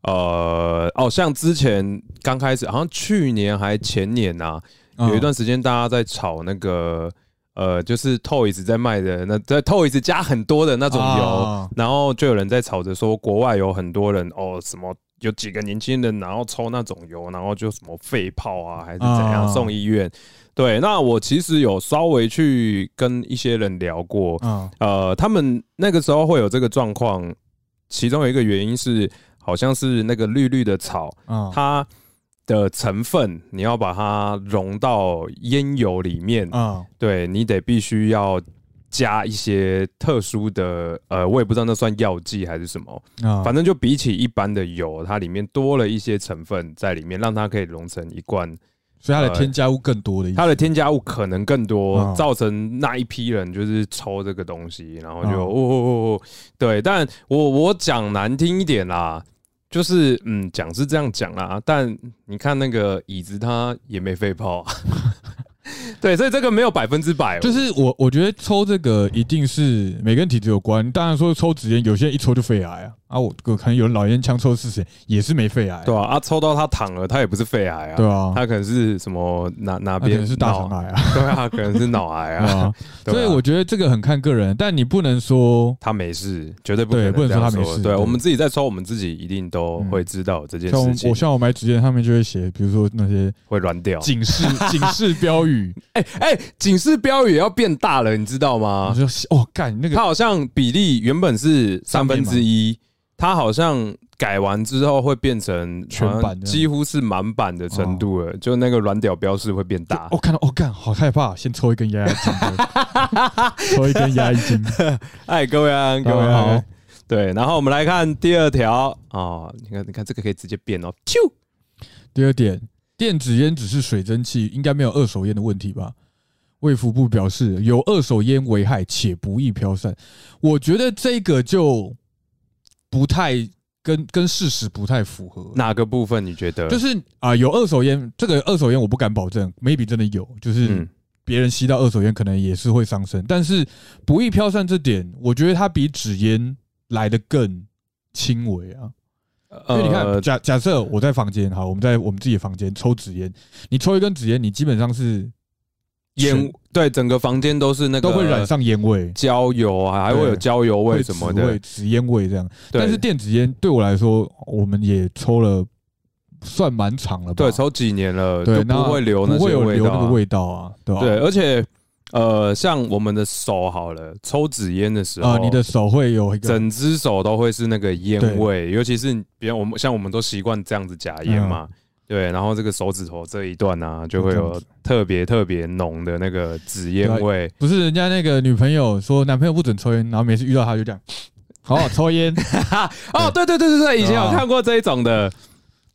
[SPEAKER 1] 呃哦，像之前刚开始好像去年还前年啊，有
[SPEAKER 2] 嗯
[SPEAKER 1] 一段时间大家在炒那个呃，就是 Toys 在卖的那在 Toys 加很多的那
[SPEAKER 2] 那
[SPEAKER 1] 种油。
[SPEAKER 2] 油，
[SPEAKER 1] 然后就有人在吵着说，国外有很多人哦，什么有几个年轻人，然后抽那种油，然后就什么肺泡啊，还是怎样、
[SPEAKER 2] 啊
[SPEAKER 1] 送医院。对，那我其实有稍微去跟一些人聊过，
[SPEAKER 2] 啊
[SPEAKER 1] 呃，他们那个时候会有这个状况，其中有一个原因是，好像是那个绿绿的草，
[SPEAKER 2] 啊
[SPEAKER 1] 它的成分你要把它融到烟油里面，
[SPEAKER 2] 啊
[SPEAKER 1] 对你得必须要加一些特殊的，呃，我也不知道那算药剂还是什么，
[SPEAKER 2] 啊
[SPEAKER 1] 反正就比起一般的油，它里面多了一些成分在里面，让它可以溶成一罐，
[SPEAKER 2] 所以
[SPEAKER 1] 呃
[SPEAKER 2] 它的添加物更多的意思
[SPEAKER 1] 它的添加物可能更多，
[SPEAKER 2] 嗯
[SPEAKER 1] 造成那一批人就是抽这个东西，然后就
[SPEAKER 2] 嗯
[SPEAKER 1] 哦哦哦哦，对，但我我讲难听一点啦。就是嗯，讲是这样讲啦，但你看那个椅子，它也没肺泡啊。对，所以这个没有百分之百哦，
[SPEAKER 2] 就是我，我觉得抽这个一定是每个人体质有关。当然说抽纸烟，有些人一抽就肺癌啊。啊，我我可能有人老烟枪抽四十年也是没肺癌啊、
[SPEAKER 1] 对啊，啊，抽到他躺了，他也不是肺癌啊，
[SPEAKER 2] 对啊，
[SPEAKER 1] 他可能是什么哪哪
[SPEAKER 2] 那可
[SPEAKER 1] 边
[SPEAKER 2] 能是大肠
[SPEAKER 1] 脑，
[SPEAKER 2] 癌啊。
[SPEAKER 1] 对啊，可能是脑癌
[SPEAKER 2] 对
[SPEAKER 1] 啊，
[SPEAKER 2] 啊，
[SPEAKER 1] 对啊
[SPEAKER 2] 所以我觉得这个很看个人，但你不能说，
[SPEAKER 1] 他没事，绝对不
[SPEAKER 2] 对
[SPEAKER 1] 可能这样
[SPEAKER 2] 不能说他没事
[SPEAKER 1] 对
[SPEAKER 2] 对嗯
[SPEAKER 1] 我们自己在抽，我们自己一定都会知道这件
[SPEAKER 2] 像
[SPEAKER 1] 事
[SPEAKER 2] 我
[SPEAKER 1] 情
[SPEAKER 2] 我像我买纸烟，上面就会写，比如说那些
[SPEAKER 1] 会软掉。
[SPEAKER 2] 警示警示标语，
[SPEAKER 1] 哎哎，警示标语也要变大了，你知道
[SPEAKER 2] 我
[SPEAKER 1] 吗？
[SPEAKER 2] 就哦干那
[SPEAKER 1] 它
[SPEAKER 2] 个
[SPEAKER 1] 好像比例原本是三分之一，它好像改完之后会变成
[SPEAKER 2] 全
[SPEAKER 1] 好
[SPEAKER 2] 版
[SPEAKER 1] 像
[SPEAKER 2] 这样
[SPEAKER 1] 几乎是满版的程度了，就那个软屌标示会变大。
[SPEAKER 2] 我看到哦干好害怕，先抽一根压压惊的， 抽一根压压惊。
[SPEAKER 1] 哎，各位安，
[SPEAKER 2] 啊
[SPEAKER 1] 各位安
[SPEAKER 2] 好，
[SPEAKER 1] 对，然后我们来看第二条哦，你看，你看这个可以直接变哦，啾，
[SPEAKER 2] 第二点，电子烟只是水蒸气，应该没有二手烟的问题吧？卫福部表示，有二手烟危害且不易飘散。我觉得这个就不太跟跟事实不太符合。
[SPEAKER 1] 哪个部分你觉得？
[SPEAKER 2] 就是啊、有二手烟，这个二手烟我不敢保证，maybe 真的有，就是
[SPEAKER 1] 嗯，
[SPEAKER 2] 别人吸到二手烟可能也是会伤身，但是不易飘散这点，我觉得它比纸烟来的更轻微啊。因为你看，
[SPEAKER 1] 呃，
[SPEAKER 2] 假假设我在房间，好，我们在我们自己的房间抽纸烟，你抽一根纸烟，你基本上是
[SPEAKER 1] 烟对，整个房间都是那个
[SPEAKER 2] 都会染上烟味，
[SPEAKER 1] 焦油啊，还会有
[SPEAKER 2] 对
[SPEAKER 1] 焦油味什么
[SPEAKER 2] 会纸味、
[SPEAKER 1] 的。
[SPEAKER 2] 纸烟味这样。
[SPEAKER 1] 对
[SPEAKER 2] 但是电子烟对我来说，我们也抽了算蛮长了吧，
[SPEAKER 1] 对，抽几年了
[SPEAKER 2] 对
[SPEAKER 1] 就
[SPEAKER 2] 那
[SPEAKER 1] 不会留那
[SPEAKER 2] 不会
[SPEAKER 1] 些
[SPEAKER 2] 有留
[SPEAKER 1] 道
[SPEAKER 2] 那个
[SPEAKER 1] 啊。
[SPEAKER 2] 味道啊，对吧？
[SPEAKER 1] 对，而且呃，像我们的手好了，抽纸烟的时
[SPEAKER 2] 啊、
[SPEAKER 1] 候，
[SPEAKER 2] 你的手会有一个
[SPEAKER 1] 呃整只手都会是那个烟味，尤其是比如我们像我们都习惯这样子夹烟嘛，对，然后这个手指头这一段啊，就会
[SPEAKER 2] 就嗯这样
[SPEAKER 1] 有特别特别浓的那个纸烟味，
[SPEAKER 2] 不是人家那个女朋友说男朋友不准抽烟，然后每次遇到他就这样， 好好抽烟，
[SPEAKER 1] 哦，对对对对对，以前
[SPEAKER 2] 对啊
[SPEAKER 1] 有看过这一种的，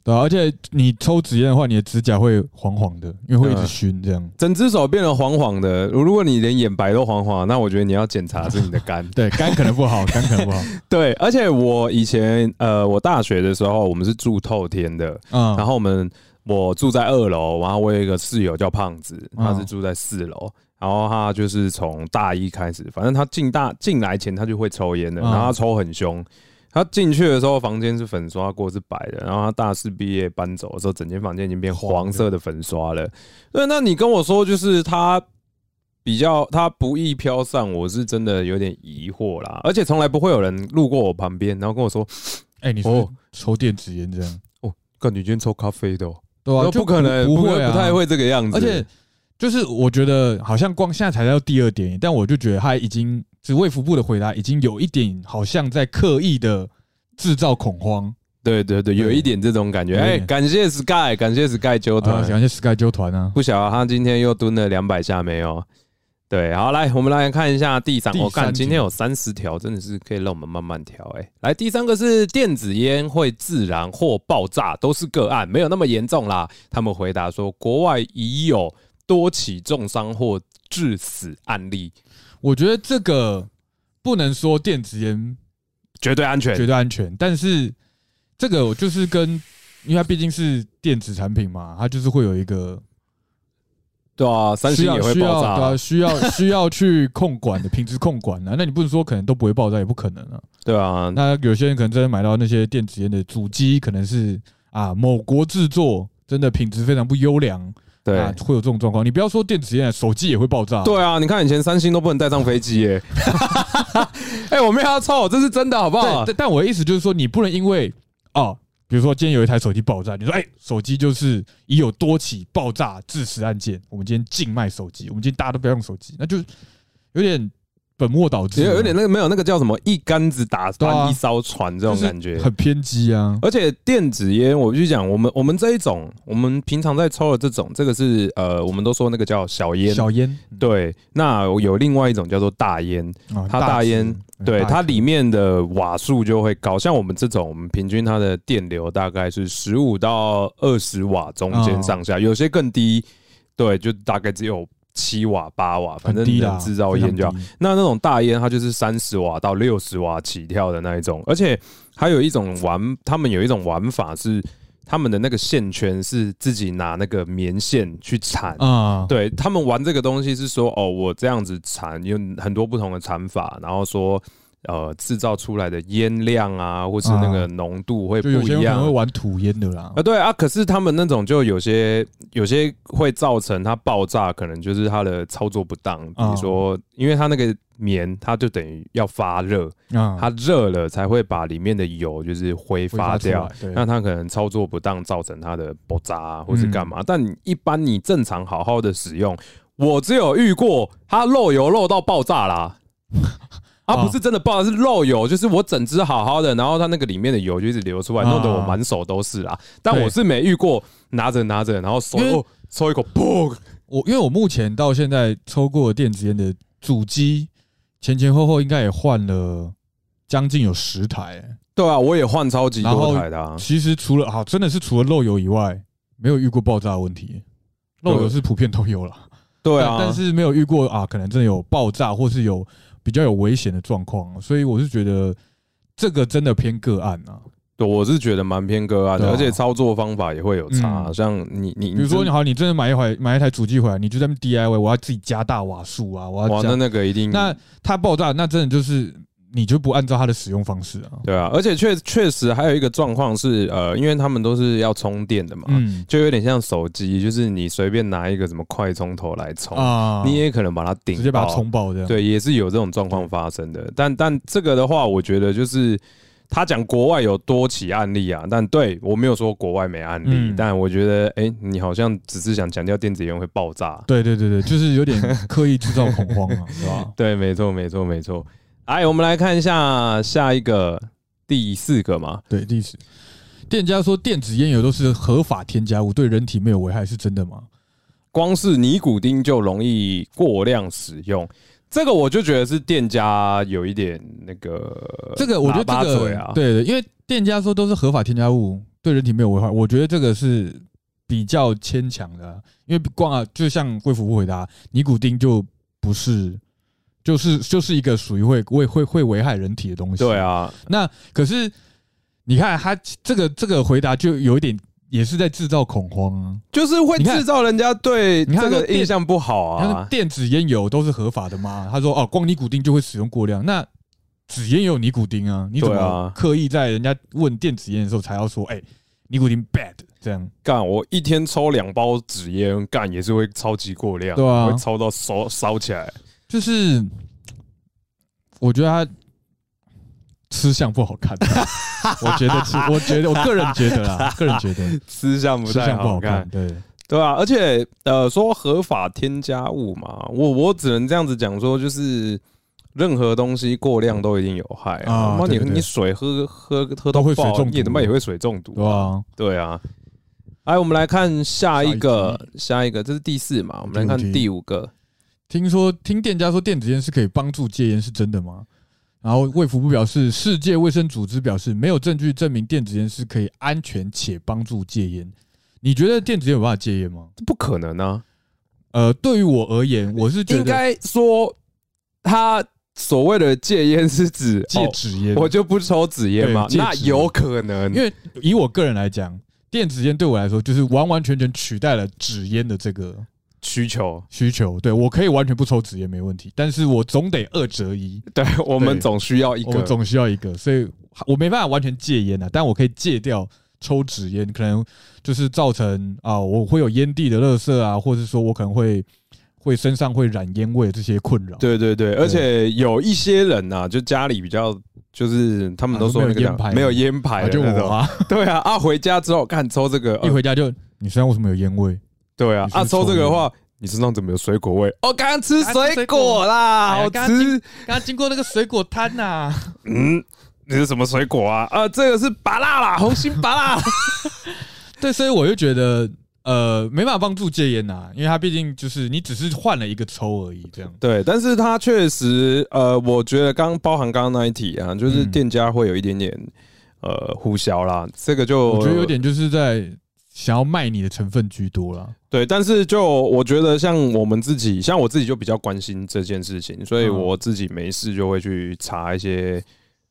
[SPEAKER 2] 对啊、而且你抽纸烟的话，你的指甲会黄黄的，因为会一直
[SPEAKER 1] 嗯
[SPEAKER 2] 熏这样。。
[SPEAKER 1] 整只手变得黄黄的，如果你连眼白都黄黄，那我觉得你要检查是你的肝
[SPEAKER 2] 对，肝可能不好，肝可能不好。
[SPEAKER 1] 对，而且我以前呃，我大学的时候，我们是住透天的，
[SPEAKER 2] 嗯，
[SPEAKER 1] 然后我们我住在二楼，然后我有一个室友叫胖子，
[SPEAKER 2] 嗯
[SPEAKER 1] 他是住在四楼。然后他就是从大一开始，反正他进大进来前他就会抽烟的，
[SPEAKER 2] 嗯
[SPEAKER 1] 然后他抽很凶。他进去的时候房间是粉刷过是白的，然后他大四毕业搬走的时候，整间房间已经变黄色的粉刷了。对，那你跟我说就是他比较它不易飘散，我是真的有点疑惑啦。而且从来不会有人路过我旁边，然后跟我说
[SPEAKER 2] 哎、你
[SPEAKER 1] 哦
[SPEAKER 2] 说抽电子烟这样，：“
[SPEAKER 1] 干，你今天抽咖啡的、哦？”
[SPEAKER 2] 对
[SPEAKER 1] 都
[SPEAKER 2] 啊，就
[SPEAKER 1] 不可能，
[SPEAKER 2] 不会
[SPEAKER 1] 会，
[SPEAKER 2] 啊，
[SPEAKER 1] 不太会这个样子。
[SPEAKER 2] 而且就是我觉得好像光现在才到第二点，但我就觉得他已经只卫福部的回答已经有一点好像在刻意的制造恐慌。
[SPEAKER 1] 对对对，有
[SPEAKER 2] 对
[SPEAKER 1] 一点这种感觉。
[SPEAKER 2] 有一
[SPEAKER 1] 哎、
[SPEAKER 2] 点
[SPEAKER 1] 感谢 Sky，感谢 Sky 纠
[SPEAKER 2] 啊，
[SPEAKER 1] 团，
[SPEAKER 2] 感谢 Sky 纠团啊，
[SPEAKER 1] 不晓得他今天又蹲了两百下没有？对，好，来，我们来看一下第三，
[SPEAKER 2] 第
[SPEAKER 1] 我看
[SPEAKER 2] 三
[SPEAKER 1] 今
[SPEAKER 2] 题
[SPEAKER 1] 天有三十条，真的是可以让我们慢慢调。哎，来，第三个是电子烟会自燃或爆炸，都是个案，没有那么严重啦。他们回答说，国外已有多起重伤或致死案例，
[SPEAKER 2] 我觉得这个不能说电子烟
[SPEAKER 1] 绝对安全
[SPEAKER 2] 绝。对安全，但是这个我就是跟，因为它毕竟是电子产品嘛，它就是会有一个
[SPEAKER 1] 对啊，三
[SPEAKER 2] 需
[SPEAKER 1] 星
[SPEAKER 2] 要
[SPEAKER 1] 也会
[SPEAKER 2] 需
[SPEAKER 1] 爆
[SPEAKER 2] 要
[SPEAKER 1] 炸
[SPEAKER 2] 对
[SPEAKER 1] 啊
[SPEAKER 2] 啊，，需 要需要去控管的品质控管啊。那你不能说可能都不会爆炸，也不可能啊。
[SPEAKER 1] 对啊，
[SPEAKER 2] 那有些人可能真的买到那些电子烟的主机，可能是啊某国制作，真的品质非常不优良，
[SPEAKER 1] 对
[SPEAKER 2] 啊，会有这种状况。你不要说电子烟，手机也会爆炸，
[SPEAKER 1] 对啊，你看以前三星都不能带上飞机耶、 哎、我没有要臭，这是真的好不
[SPEAKER 2] 对。
[SPEAKER 1] 好？
[SPEAKER 2] 但但我的意思就是说，你不能因为哦，比如说今天有一台手机爆炸，你说哎、手机就是已有多起爆炸致死案件，我们今天禁卖手机，我们今天大家都不要用手机，那就有点本末倒置
[SPEAKER 1] 也
[SPEAKER 2] 啊，
[SPEAKER 1] 有有点那个没有那个叫什么一竿子打
[SPEAKER 2] 对啊
[SPEAKER 1] 翻一艘船这种感觉
[SPEAKER 2] 就是。很偏激啊。
[SPEAKER 1] 而且电子烟，我必须讲，我们我们这一种，我们平常在抽的这种，这个是呃，我们都说那个叫小烟。
[SPEAKER 2] 小烟，
[SPEAKER 1] 对，那有另外一种叫做大烟，
[SPEAKER 2] 嗯啊
[SPEAKER 1] 它大
[SPEAKER 2] 支
[SPEAKER 1] 烟对，
[SPEAKER 2] 大
[SPEAKER 1] 它
[SPEAKER 2] 支
[SPEAKER 1] 里面的瓦数就会高。像我们这种，我们平均它的电流大概是十五到二十瓦中间上
[SPEAKER 2] 嗯
[SPEAKER 1] 下，有些更低，对，就大概只有七瓦、八瓦，反
[SPEAKER 2] 很
[SPEAKER 1] 正
[SPEAKER 2] 低
[SPEAKER 1] 能
[SPEAKER 2] 啦，
[SPEAKER 1] 制造
[SPEAKER 2] 非常
[SPEAKER 1] 烟就好。
[SPEAKER 2] 低
[SPEAKER 1] 那那种大烟，它就是三十瓦到六十瓦起跳的那一种，而且还有一种玩，他们有一种玩法是，他们的那个线圈是自己拿那个棉线去缠。
[SPEAKER 2] 啊，
[SPEAKER 1] 对他们玩这个东西是说，哦，我这样子缠有很多不同的缠法，然后说，呃，制造出来的烟量啊，或是那个
[SPEAKER 2] 啊
[SPEAKER 1] 浓度会不
[SPEAKER 2] 就有些人
[SPEAKER 1] 一
[SPEAKER 2] 可能会
[SPEAKER 1] 样。
[SPEAKER 2] 玩土烟的啦
[SPEAKER 1] 啊，，对啊，可是他们那种就有些有些会造成它爆炸，可能就是它的操作不当，比如
[SPEAKER 2] 啊
[SPEAKER 1] 说，因为它那个棉，它就等于要发热，呃
[SPEAKER 2] 啊，
[SPEAKER 1] 它热了才会把里面的油就是挥
[SPEAKER 2] 挥
[SPEAKER 1] 发
[SPEAKER 2] 出
[SPEAKER 1] 掉
[SPEAKER 2] 来，，对，
[SPEAKER 1] 那它可能操作不当，造成它的爆炸、啊、或是干嘛。
[SPEAKER 2] 嗯
[SPEAKER 1] 但你一般你正常好好的使用，我只有遇过它漏油漏到爆炸 啦。啊，
[SPEAKER 2] 啊
[SPEAKER 1] 不是真的爆炸，是漏油，就是我整只好好的，然后它那个里面的油就一直流出来，
[SPEAKER 2] 啊
[SPEAKER 1] 弄得我满手都是啦。但
[SPEAKER 2] 对
[SPEAKER 1] 我是没遇过拿着拿着，然后手
[SPEAKER 2] 因为
[SPEAKER 1] 哦抽一口，砰！
[SPEAKER 2] 我因为我目前到现在抽过的电子烟的主机，前前后后应该也换了将近有十台、欸
[SPEAKER 1] 对啊，我也换超级
[SPEAKER 2] 然
[SPEAKER 1] 多
[SPEAKER 2] 后
[SPEAKER 1] 台的、啊，
[SPEAKER 2] 其实除了好，真的是除了漏油以外，没有遇过爆炸的问题。漏油是普遍都有了，
[SPEAKER 1] 对
[SPEAKER 2] 但
[SPEAKER 1] 啊，
[SPEAKER 2] 但是没有遇过啊，可能真的有爆炸或是有比较有危险的状况，啊所以我是觉得这个真的偏个案啊。
[SPEAKER 1] 对我是觉得蛮偏个案的，
[SPEAKER 2] 对啊
[SPEAKER 1] 而且操作方法也会有差啊。
[SPEAKER 2] 嗯
[SPEAKER 1] 像你你，
[SPEAKER 2] 比如说，
[SPEAKER 1] 真
[SPEAKER 2] 你好，你真的买一台买一台主机回来，你就在那边 DIY，我要自己加大瓦数啊，我
[SPEAKER 1] 哇，
[SPEAKER 2] 要加
[SPEAKER 1] 那那个一定
[SPEAKER 2] 那它爆炸，那真的就是你就不按照它的使用方式啊。
[SPEAKER 1] 对啊，而且确确实还有一个状况是，呃，因为他们都是要充电的嘛，
[SPEAKER 2] 嗯
[SPEAKER 1] 就有点像手机，就是你随便拿一个什么快充头来充，
[SPEAKER 2] 啊，
[SPEAKER 1] 你也可能把它顶
[SPEAKER 2] 直接把它
[SPEAKER 1] 爆
[SPEAKER 2] 冲爆这样。
[SPEAKER 1] 对，也是有这种状况发生的。但但这个的话，我觉得就是他讲国外有多起案例啊，但对我没有说国外没案例，
[SPEAKER 2] 嗯
[SPEAKER 1] 但我觉得，哎、你好像只是想强调电子烟会爆炸，
[SPEAKER 2] 对对对对，就是有点刻意制造恐慌 啊，是吧？
[SPEAKER 1] 对，没错，没错，没错。哎，我们来看一下下一个第四个嘛，
[SPEAKER 2] 对，历史。店家说电子烟油都是合法添加物，对人体没有危害，是真的吗？
[SPEAKER 1] 光是尼古丁就容易过量使用。这个我就觉得是店家有一点那个，
[SPEAKER 2] 这个我觉得
[SPEAKER 1] 喇叭
[SPEAKER 2] 这
[SPEAKER 1] 嘴
[SPEAKER 2] 个
[SPEAKER 1] 啊，
[SPEAKER 2] 对对，因为店家说都是合法添加物，对人体没有危害，我觉得这个是比较牵强的啊，因为光啊，就像贵妇部回答，尼古丁就不是，就是就是一个属于会会会会危害人体的东西，
[SPEAKER 1] 对啊，
[SPEAKER 2] 那可是你看他这个这个回答就有一点也是在制造恐慌啊。
[SPEAKER 1] 就是会
[SPEAKER 2] 你看
[SPEAKER 1] 制造人家对
[SPEAKER 2] 你看
[SPEAKER 1] 这个
[SPEAKER 2] 说电
[SPEAKER 1] 印象不好
[SPEAKER 2] 他说
[SPEAKER 1] 啊。
[SPEAKER 2] 电子烟油都是合法的吗？他说哦，光尼古丁就会使用过量。那纸烟也有尼古丁啊，你怎
[SPEAKER 1] 对
[SPEAKER 2] 么
[SPEAKER 1] 啊
[SPEAKER 2] 刻意在人家问电子烟的时候才要说，哎、尼古丁 bad 这样，
[SPEAKER 1] 干，我一天抽两包纸烟，干也是会超级过量，
[SPEAKER 2] 对啊
[SPEAKER 1] 会抽到烧烧起来。
[SPEAKER 2] 就是我觉得他吃相不好看，啊 我觉得吃，我觉得我个人觉得啦，个人觉得
[SPEAKER 1] 吃相 不
[SPEAKER 2] 吃
[SPEAKER 1] 太
[SPEAKER 2] 相不
[SPEAKER 1] 好
[SPEAKER 2] 好
[SPEAKER 1] 看
[SPEAKER 2] 看，，对，
[SPEAKER 1] 对啊，而且呃，说合法添加物嘛，我我只能这样子讲说，就是任何东西过量都一定有害啊。
[SPEAKER 2] 啊
[SPEAKER 1] 妈、你
[SPEAKER 2] 对对对
[SPEAKER 1] 你水喝喝喝到
[SPEAKER 2] 都会水
[SPEAKER 1] 爆
[SPEAKER 2] 中毒
[SPEAKER 1] 你他妈也会水中毒
[SPEAKER 2] 对吧？
[SPEAKER 1] 对啊。哎，我们来看下一个
[SPEAKER 2] 下，
[SPEAKER 1] 下一个，这是第四嘛？我们来看
[SPEAKER 2] 第五题
[SPEAKER 1] 第五个。
[SPEAKER 2] 听说听店家说电子烟是可以帮助戒烟，是真的吗？然后卫福部表示，世界卫生组织表示没有证据证明电子烟是可以安全且帮助戒烟。你觉得电子烟有办法戒烟吗？
[SPEAKER 1] 这不可能啊！
[SPEAKER 2] 呃，对于我而言，我是觉
[SPEAKER 1] 应
[SPEAKER 2] 得
[SPEAKER 1] 该说，他所谓的戒烟是指
[SPEAKER 2] 戒
[SPEAKER 1] 哦
[SPEAKER 2] 纸烟，
[SPEAKER 1] 我就不抽纸烟嘛，
[SPEAKER 2] 对戒
[SPEAKER 1] 那
[SPEAKER 2] 纸
[SPEAKER 1] 有可能，
[SPEAKER 2] 因为以我个人来讲，电子烟对我来说就是完完全全取代了纸烟的这个
[SPEAKER 1] 需求。
[SPEAKER 2] 需求。对我可以完全不抽纸烟没问题，但是我总得二择一，
[SPEAKER 1] 对我们
[SPEAKER 2] 对
[SPEAKER 1] 总需要一
[SPEAKER 2] 我
[SPEAKER 1] 个，
[SPEAKER 2] 总需要一个，所以我没办法完全戒烟啊，但我可以戒掉抽纸烟，可能就是造成啊，我会有烟蒂的垃圾啊，或者是说我可能会会身上会染烟味这些困扰。
[SPEAKER 1] 对对对，而且有一些人呐、就家里比较，就是他们都说那个
[SPEAKER 2] 啊没有烟
[SPEAKER 1] 叫
[SPEAKER 2] 牌
[SPEAKER 1] 没有烟牌
[SPEAKER 2] 啊，
[SPEAKER 1] 的
[SPEAKER 2] 就
[SPEAKER 1] 那
[SPEAKER 2] 我
[SPEAKER 1] 种，
[SPEAKER 2] 啊，
[SPEAKER 1] 对啊，啊回家之后看抽这个，
[SPEAKER 2] 一
[SPEAKER 1] 呃
[SPEAKER 2] 回家就你身上为什么有烟味？
[SPEAKER 1] 对啊
[SPEAKER 2] 你，是
[SPEAKER 1] 啊抽这个的
[SPEAKER 2] 抽
[SPEAKER 1] 话，你身上怎么有水果味？哦，刚刚吃水果啦，
[SPEAKER 2] 刚
[SPEAKER 1] 好
[SPEAKER 2] 哎刚吃
[SPEAKER 1] 吃，
[SPEAKER 2] 刚经过那个水果摊呐、
[SPEAKER 1] 嗯，你是什么水果啊？啊，这个是芭辣 啦，红心芭辣，
[SPEAKER 2] 对，所以我就觉得，呃，没办法帮助戒烟呐、因为它毕竟就是你只是换了一个抽而已，这样。
[SPEAKER 1] 对，但是它确实，呃，我觉得刚包含刚刚那一题啊，就是
[SPEAKER 2] 嗯
[SPEAKER 1] 店家会有一点点。呃，互销啦，这个就
[SPEAKER 2] 我觉得有点就是在想要卖你的成分居多啦。
[SPEAKER 1] 对，但是就我觉得，像我们自己，像我自己就比较关心这件事情，所以
[SPEAKER 2] 嗯
[SPEAKER 1] 我自己没事就会去查一些，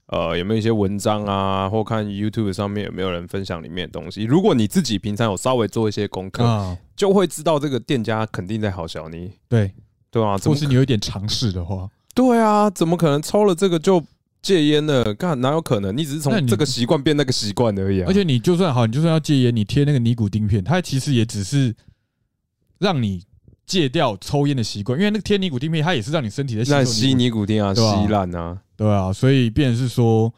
[SPEAKER 1] 呃，有没有一些文章啊，或看 YouTube 上面有没有人分享里面的东西。如果你自己平常有稍微做一些功课，
[SPEAKER 2] 啊，
[SPEAKER 1] 就会知道这个店家肯定在好小你，
[SPEAKER 2] 对，
[SPEAKER 1] 对啊，怎
[SPEAKER 2] 或
[SPEAKER 1] 么
[SPEAKER 2] 是你有一点尝试的话，
[SPEAKER 1] 对啊？怎么可能抽了这个就戒烟呢？干哪有可能？你只是
[SPEAKER 2] 那
[SPEAKER 1] 从
[SPEAKER 2] 你
[SPEAKER 1] 这个习惯变那个习惯而已啊。
[SPEAKER 2] 而且你就算好，你就算要戒烟，你贴那个尼古丁片，它其实也只是让你戒掉抽烟的习惯，因为那个贴尼古丁片，它也是让你身体在吸
[SPEAKER 1] 那
[SPEAKER 2] 收
[SPEAKER 1] 吸
[SPEAKER 2] 尼古，
[SPEAKER 1] 尼古丁啊，吸
[SPEAKER 2] 对啊
[SPEAKER 1] 烂啊，
[SPEAKER 2] 对啊，所以变成是说。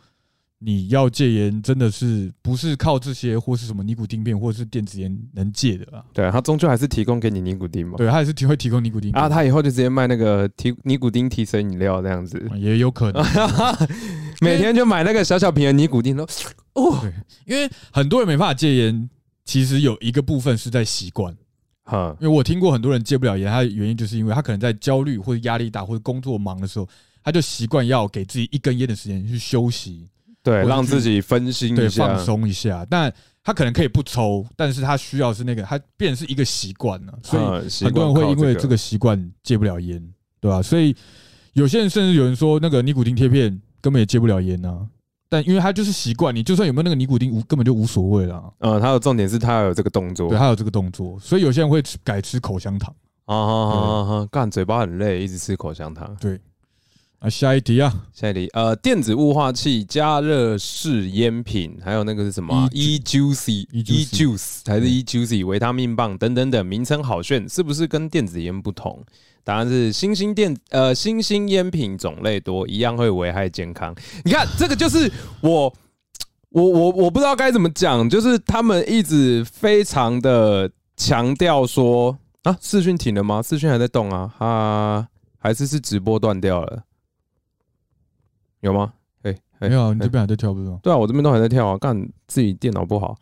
[SPEAKER 2] 你要戒烟，真的是不是靠这些或是什么尼古丁片或是电子烟能戒的啊？
[SPEAKER 1] 对啊，他终究还是提供给你尼古丁嘛。
[SPEAKER 2] 对，它也是提会提供尼古丁
[SPEAKER 1] 啊，
[SPEAKER 2] 给
[SPEAKER 1] 他以后就直接卖那个提尼古丁提神饮料这样子，
[SPEAKER 2] 你也有可能，
[SPEAKER 1] 每天就买那个小小瓶的尼古丁都哦，
[SPEAKER 2] 因为很多人没办法戒烟，其实有一个部分是在习惯。
[SPEAKER 1] 哈，
[SPEAKER 2] 因为我听过很多人戒不了烟，他的原因就是因为他可能在焦虑或者压力大或者工作忙的时候，他就习惯要给自己一根烟的时间去休息，
[SPEAKER 1] 对，
[SPEAKER 2] 我就
[SPEAKER 1] 让
[SPEAKER 2] 去
[SPEAKER 1] 自己分心嗯
[SPEAKER 2] 对，
[SPEAKER 1] 一下
[SPEAKER 2] 放，松一下。但他可能可以不抽，但是他需要是那个，他变成是一个习惯了，所以
[SPEAKER 1] 嗯习
[SPEAKER 2] 很多
[SPEAKER 1] 惯
[SPEAKER 2] 人会
[SPEAKER 1] 靠
[SPEAKER 2] 因为这个习惯戒不了烟，对吧、所以有些人甚至有人说，那个尼古丁贴片根本也戒不了烟啊。但因为他就是习惯，你就算有没有那个尼古丁，无根本就无所谓啦。
[SPEAKER 1] 嗯，他的重点是他有这个动作
[SPEAKER 2] 对，，他有这个动作，所以有些人会吃改吃口香糖。
[SPEAKER 1] 啊哈哈哈，干嘴巴很累，一直吃口香糖。
[SPEAKER 2] 啊，下一题啊，
[SPEAKER 1] 下一题，呃，电子雾化器、加热式烟品，还有那个是什么啊
[SPEAKER 2] E-ju-
[SPEAKER 1] ？E juicy、E
[SPEAKER 2] E-juicy
[SPEAKER 1] juice 还是 E juicy 维他命棒等等等，名称好炫，是不是跟电子烟不同？答案是新兴电呃新兴烟品种类多，一样会危害健康。你看，这个就是我。我我我不知道该怎么讲，就是他们一直非常的强调说啊，视讯停了吗？视讯还在动啊，啊，还是是直播断掉了？有吗？哎、哎
[SPEAKER 2] 没有啊，你这边还在跳不是吗？
[SPEAKER 1] 对啊，我这边都还在跳啊，干自己电脑不好。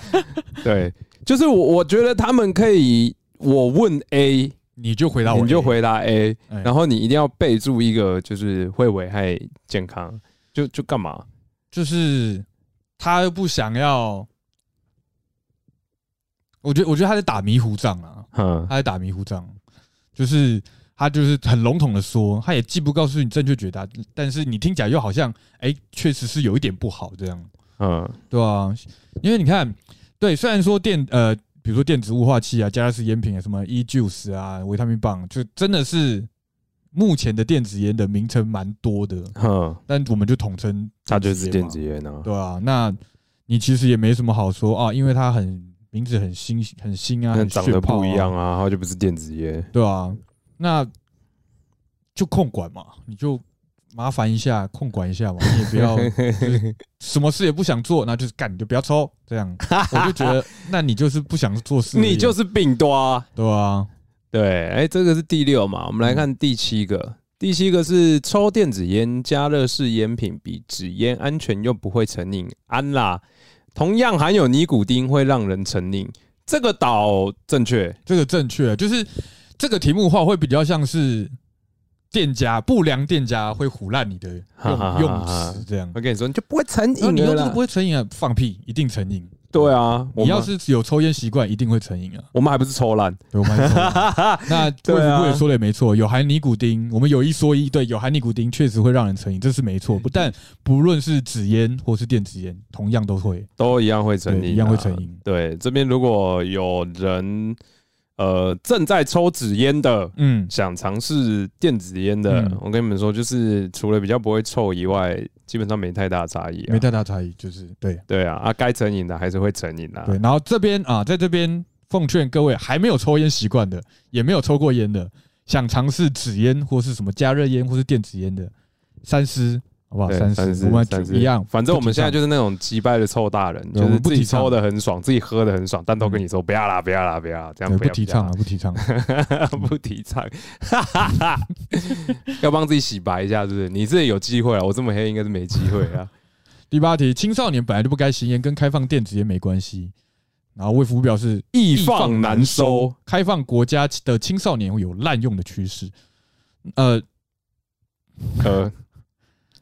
[SPEAKER 1] 对，就是我我觉得他们可以，我问 A，
[SPEAKER 2] 你就回答我，
[SPEAKER 1] 你就，回答 A，
[SPEAKER 2] 哎
[SPEAKER 1] 然后你一定要备注一个，就是会危害健康，就就干嘛？
[SPEAKER 2] 就是他又不想要。我觉得，我觉得他在打迷糊仗啊，
[SPEAKER 1] 嗯
[SPEAKER 2] 他，在打迷糊仗，就是他就是很笼统的说，他也既不告诉你正确解答，但是你听起来又好像，哎、确实是有一点不好这样，
[SPEAKER 1] 嗯，
[SPEAKER 2] 对啊，因为你看，对，虽然说电呃，比如说电子雾化器啊、加热式烟品啊、什么 E juice 啊、维他命棒，就真的是目前的电子烟的名称蛮多的，
[SPEAKER 1] 哼，
[SPEAKER 2] 但我们就统称
[SPEAKER 1] 它就
[SPEAKER 2] 电
[SPEAKER 1] 是
[SPEAKER 2] 子
[SPEAKER 1] 电
[SPEAKER 2] 烟嘛
[SPEAKER 1] 子烟啊。
[SPEAKER 2] 对啊，那你其实也没什么好说啊，因为它很名字很新很新啊，
[SPEAKER 1] 那
[SPEAKER 2] 很
[SPEAKER 1] 长得
[SPEAKER 2] 炫炮
[SPEAKER 1] 不一样
[SPEAKER 2] 啊，
[SPEAKER 1] 啊，它就不是电子烟。
[SPEAKER 2] 对啊，那就控管嘛，你就麻烦一下控管一下嘛，你也不 要就是什么事也不想做，那就是干你就不要抽，这样我就觉得那你就是不想做事而已啊，
[SPEAKER 5] 你就是病多、啊。
[SPEAKER 2] 对啊，
[SPEAKER 1] 对，哎、这个是第六嘛，我们来看第七个。第七个是抽电子烟加热式烟品比纸烟安全又不会成瘾，安啦。同样含有尼古丁，会让人成瘾。这个岛正确，
[SPEAKER 2] 这个正确，就是这个题目的话会比较像是店家不良店家会唬烂你的
[SPEAKER 1] 哈哈哈
[SPEAKER 2] 用
[SPEAKER 1] 哈
[SPEAKER 2] 用词这样。
[SPEAKER 1] 我跟你说，哦你就不会成
[SPEAKER 2] 然后
[SPEAKER 1] 瘾
[SPEAKER 2] 你用
[SPEAKER 1] 了
[SPEAKER 2] 这个
[SPEAKER 1] 啦
[SPEAKER 2] 不。会成瘾啊？放屁，一定成瘾。
[SPEAKER 1] 对啊，我
[SPEAKER 2] 你要
[SPEAKER 1] 们
[SPEAKER 2] 是有抽烟习惯，一定会成瘾啊。
[SPEAKER 1] 我们还不是抽烂，
[SPEAKER 2] 对，我们还抽烟 那
[SPEAKER 1] 对
[SPEAKER 2] 卫
[SPEAKER 1] 啊
[SPEAKER 2] 福部也说的也没错，有含尼古丁，我们有一说一，对，有含尼古丁确实会让人成瘾，这是没错。不但不论是纸烟或是电子烟，同样都会，
[SPEAKER 1] 都一样会成瘾、啊
[SPEAKER 2] 对，一样会成。瘾。
[SPEAKER 1] 对，这边如果有人呃正在抽纸烟的，
[SPEAKER 2] 嗯，
[SPEAKER 1] 想尝试电子烟的，
[SPEAKER 2] 嗯
[SPEAKER 1] 我跟你们说，就是除了比较不会臭以外，基本上没太大差异、啊。
[SPEAKER 2] 没太大差异，就是对
[SPEAKER 1] 对啊，啊，该成瘾的还是会成瘾啊。
[SPEAKER 2] 对。然后这边啊，在这边奉劝各位还没有抽烟习惯的，也没有抽过烟的，想尝试纸烟或是什么加热烟或是电子烟的，三思，好不好？
[SPEAKER 1] 对，
[SPEAKER 2] 三
[SPEAKER 1] 三
[SPEAKER 2] 思，
[SPEAKER 1] 十
[SPEAKER 2] 我们
[SPEAKER 1] 三十
[SPEAKER 2] 一样。
[SPEAKER 1] 反正我们现在就
[SPEAKER 2] 就。
[SPEAKER 1] 是那种击败的臭大人，就
[SPEAKER 2] 对我
[SPEAKER 1] 是
[SPEAKER 2] 们不
[SPEAKER 1] 自己
[SPEAKER 2] 提倡
[SPEAKER 1] 抽的很爽，自己喝的很爽，但都跟你说不要啦，不要啦，不要啦，这样
[SPEAKER 2] 对，
[SPEAKER 1] 不要
[SPEAKER 2] 不提倡啊，，不提倡。
[SPEAKER 1] 不要 啦不提倡，哈哈哈，要帮自己洗白一下，是不是？你自己有机会啊，我这么黑应该是没机会 啊。
[SPEAKER 2] 第八题，青少年本来就不该吸烟，跟开放电子烟没关系。然后卫福部表示，易
[SPEAKER 1] 放难收，
[SPEAKER 2] 开放国家的青少年会有滥用的趋势。呃，
[SPEAKER 1] 呃，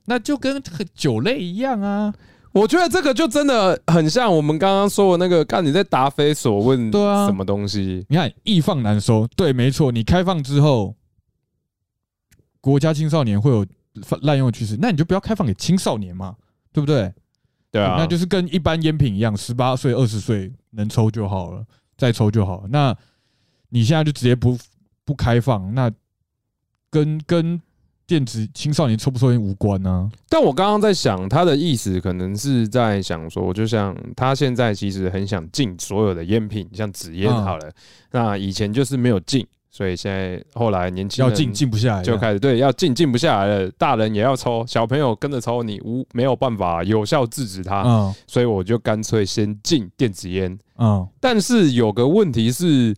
[SPEAKER 2] 那就跟这个酒类一样啊，
[SPEAKER 1] 我觉得这个就真的很像我们刚刚说的那个，看你在答非所问，
[SPEAKER 2] 对啊
[SPEAKER 1] 什么东西？
[SPEAKER 2] 你看易放难收，对，没错，你开放之后，国家青少年会有滥用的趋势，那你就不要开放给青少年嘛，对不对？
[SPEAKER 1] 对啊，
[SPEAKER 2] 那就是跟一般烟品一样，十八岁、二十岁能抽就好了，再抽就好了。那你现在就直接不不开放，那跟跟电子青少年抽不抽烟无关啊。
[SPEAKER 1] 但我刚刚在想，他的意思可能是在想说，就像他现在其实很想禁所有的烟品，像纸烟
[SPEAKER 2] 嗯
[SPEAKER 1] 好了，那以前就是没有禁，所以现在后来年轻
[SPEAKER 2] 要
[SPEAKER 1] 人
[SPEAKER 2] 禁禁不下来，
[SPEAKER 1] 就开始对要禁禁不下来了，大人也要抽，小朋友跟着抽，你无没有办法有效制止他，
[SPEAKER 2] 嗯
[SPEAKER 1] 所以我就干脆先禁电子烟，
[SPEAKER 2] 嗯，
[SPEAKER 1] 但是有个问题是，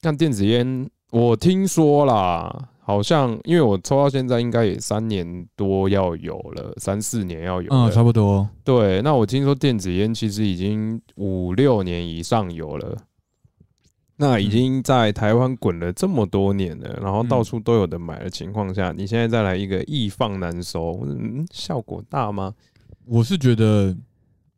[SPEAKER 1] 看电子烟，我听说啦，好像因为我抽到现在应该也三年多要有了，三四年要有了。
[SPEAKER 2] 嗯，差不多。
[SPEAKER 1] 对，那我听说电子烟其实已经五六年以上有了，那已经在台湾滚了这么多年了，然后到处都有的买的情况下，你现在再来一个易放难收，嗯，效果大吗？
[SPEAKER 2] 我是觉得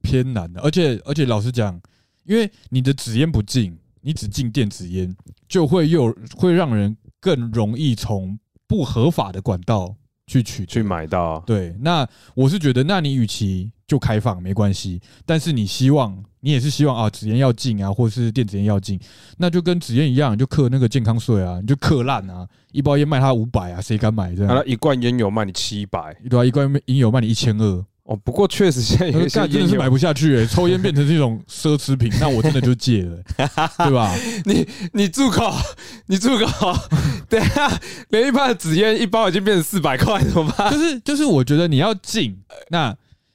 [SPEAKER 2] 偏难的，而且而且老实讲，因为你的纸烟不禁，你只禁电子烟，就会又会让人更容易从不合法的管道去取
[SPEAKER 1] 去买到，啊
[SPEAKER 2] 对，那我是觉得，那你与其就开放没关系，但是你希望你也是希望啊，纸烟要禁啊，或是电子烟要禁，那就跟纸烟一样，你就克那个健康税啊，你就克烂啊，一包烟卖他五百啊，谁敢买这
[SPEAKER 1] 那、
[SPEAKER 2] 样？
[SPEAKER 1] 一罐烟油卖你七百
[SPEAKER 2] 对啊，一罐烟油卖你一千二，
[SPEAKER 1] 哦，不过确实现 在有一
[SPEAKER 2] 那
[SPEAKER 1] 些
[SPEAKER 2] 呃干真的
[SPEAKER 1] 烟
[SPEAKER 2] 是
[SPEAKER 1] 油
[SPEAKER 2] 买不下去、欸，抽烟变成是一种奢侈品，那我真的就戒了欸、 对吧？
[SPEAKER 1] 你住口！你住口！等一下，连一包纸烟一包已经变成四百块，怎么办？
[SPEAKER 2] 就是就是，我觉得你要禁，那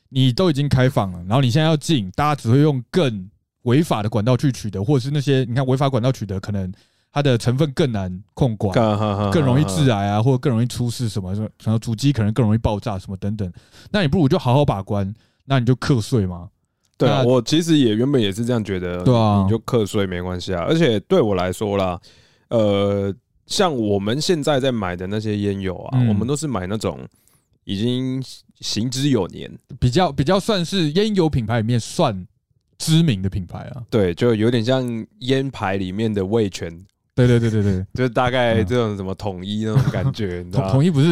[SPEAKER 2] 你都已经开放了，然后你现在要禁，大家只会用更违法的管道去取得，或者是那些你看违法管道取得，可能它的成分更难控管，更容易致癌啊，或者更容易出事什么，什么然后主机可能更容易爆炸什么等等。那你不如就好好把关，那你就课税嘛。
[SPEAKER 1] 对啊，
[SPEAKER 2] 那
[SPEAKER 1] 我其实也原本也是这样觉得，
[SPEAKER 2] 对啊
[SPEAKER 1] 嗯你就课税没关系啊。而且对我来说啦，呃，像我们现在在买的那些烟油啊，
[SPEAKER 2] 嗯
[SPEAKER 1] 我们都是买那种已经行之有年，
[SPEAKER 2] 比较比较算是烟油品牌里面算知名的品牌啊。
[SPEAKER 1] 对，就有点像烟牌里面的味全，
[SPEAKER 2] 对对对对对，
[SPEAKER 1] 就是大概
[SPEAKER 2] 嗯
[SPEAKER 1] 这种什么统一那种感觉，你知道
[SPEAKER 2] 统
[SPEAKER 1] 吗？
[SPEAKER 2] 统一不是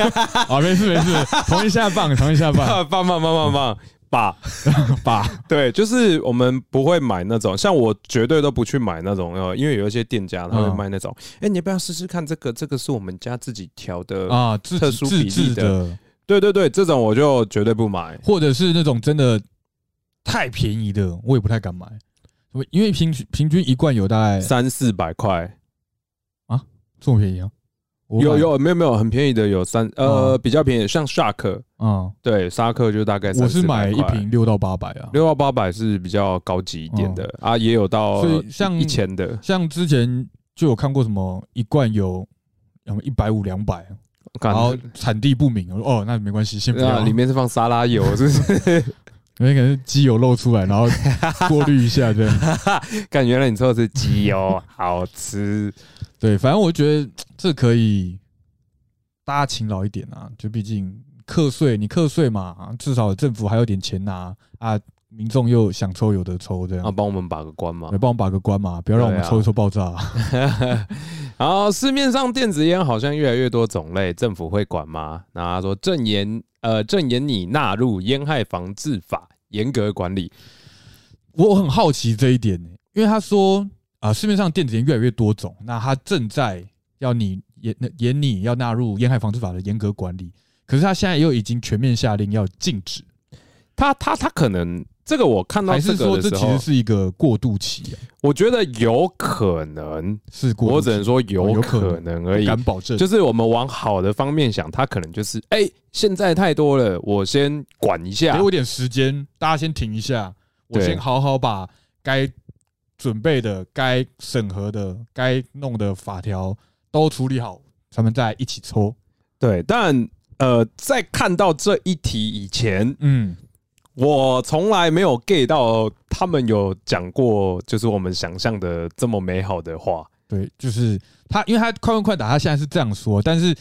[SPEAKER 2] 啊，没事没事，统一下棒，统一下棒，
[SPEAKER 1] 棒棒棒棒棒棒，把
[SPEAKER 2] 把
[SPEAKER 1] 对，就是我们不会买那种，像我绝对都不去买那种，呃，因为有一些店家他会
[SPEAKER 2] 嗯
[SPEAKER 1] 卖那种，哎、你要不要试试看这个？这个是我们家自己调的，
[SPEAKER 2] 啊，自
[SPEAKER 1] 特
[SPEAKER 2] 自
[SPEAKER 1] 殊
[SPEAKER 2] 自
[SPEAKER 1] 比例
[SPEAKER 2] 制
[SPEAKER 1] 的
[SPEAKER 2] 的，
[SPEAKER 1] 对对对，这种我就绝对不买。
[SPEAKER 2] 或者是那种真的太便宜的，我也不太敢买。我因为平均平均一罐有大概
[SPEAKER 1] 三四百块，
[SPEAKER 2] 这么便宜啊？我
[SPEAKER 1] 有
[SPEAKER 2] 买哦
[SPEAKER 1] 有没有没有很便宜的有三呃比较便宜，像 Shark
[SPEAKER 2] 啊、
[SPEAKER 1] 对沙克就大概
[SPEAKER 2] 我是
[SPEAKER 1] 300-400
[SPEAKER 2] 买一
[SPEAKER 1] 块
[SPEAKER 2] 瓶六到八百啊。
[SPEAKER 1] 六到八百是比较高级一点的、啊，也有到
[SPEAKER 2] 哦所以像
[SPEAKER 1] 一千的，
[SPEAKER 2] 像之前就有看过什么一罐有什么一百五两百，啊
[SPEAKER 1] 我看
[SPEAKER 2] 然后产地不明，我说哦那没关系，先不
[SPEAKER 1] 那
[SPEAKER 2] 要。
[SPEAKER 1] 啊里面是放沙拉油，是不是？
[SPEAKER 2] 因为可能是机油漏出来，然后过滤一下这样。
[SPEAKER 1] 看原来你说的是鸡 油，好吃。
[SPEAKER 2] 对，反正我觉得这可以大家勤劳一点啊，就毕竟课税你课税嘛，至少政府还有点钱拿啊，民众又想抽有的抽这样
[SPEAKER 1] 啊，。帮我们把个关嘛
[SPEAKER 2] 来。帮我们把个关嘛，不要让我们
[SPEAKER 1] 对啊
[SPEAKER 2] 抽一抽爆炸、
[SPEAKER 1] 然后市面上电子烟好像越来越多种类，政府会管吗？然后他说正言呃正言你纳入烟害防治法，严格管理。
[SPEAKER 2] 我很好奇这一点呢、欸因为他说啊、市面上电子烟越来越多种，那他正在要你严严你要纳入烟害防治法的严格管理，可是他现在又已经全面下令要禁止，
[SPEAKER 1] 他他他可能这个我看到
[SPEAKER 2] 还
[SPEAKER 1] 这
[SPEAKER 2] 是
[SPEAKER 1] 个
[SPEAKER 2] 说
[SPEAKER 1] 的
[SPEAKER 2] 这
[SPEAKER 1] 时
[SPEAKER 2] 其
[SPEAKER 1] 候
[SPEAKER 2] 实，是一个过渡期、啊？
[SPEAKER 1] 我觉得有可能，
[SPEAKER 2] 是过渡
[SPEAKER 1] 我
[SPEAKER 2] 期
[SPEAKER 1] 只能说
[SPEAKER 2] 哦
[SPEAKER 1] 有
[SPEAKER 2] 有可能
[SPEAKER 1] 可能而
[SPEAKER 2] 不
[SPEAKER 1] 已。
[SPEAKER 2] 敢保证，
[SPEAKER 1] 就是我们往好的方面想，他可能就是哎、现在太多了，我先管一下
[SPEAKER 2] 给。我点时间，大家先停一下，我
[SPEAKER 1] 啊对
[SPEAKER 2] 先好好把该准备的、该审核的、该弄的法条都处理好，咱们再一起抽。
[SPEAKER 1] 对，但呃，在看到这一题以前，
[SPEAKER 2] 嗯，
[SPEAKER 1] 我从来没有 get 到他们有讲过，就是我们想象的这么美好的话。
[SPEAKER 2] 对，就是他，因为他快问快答，他现在是这样说，但是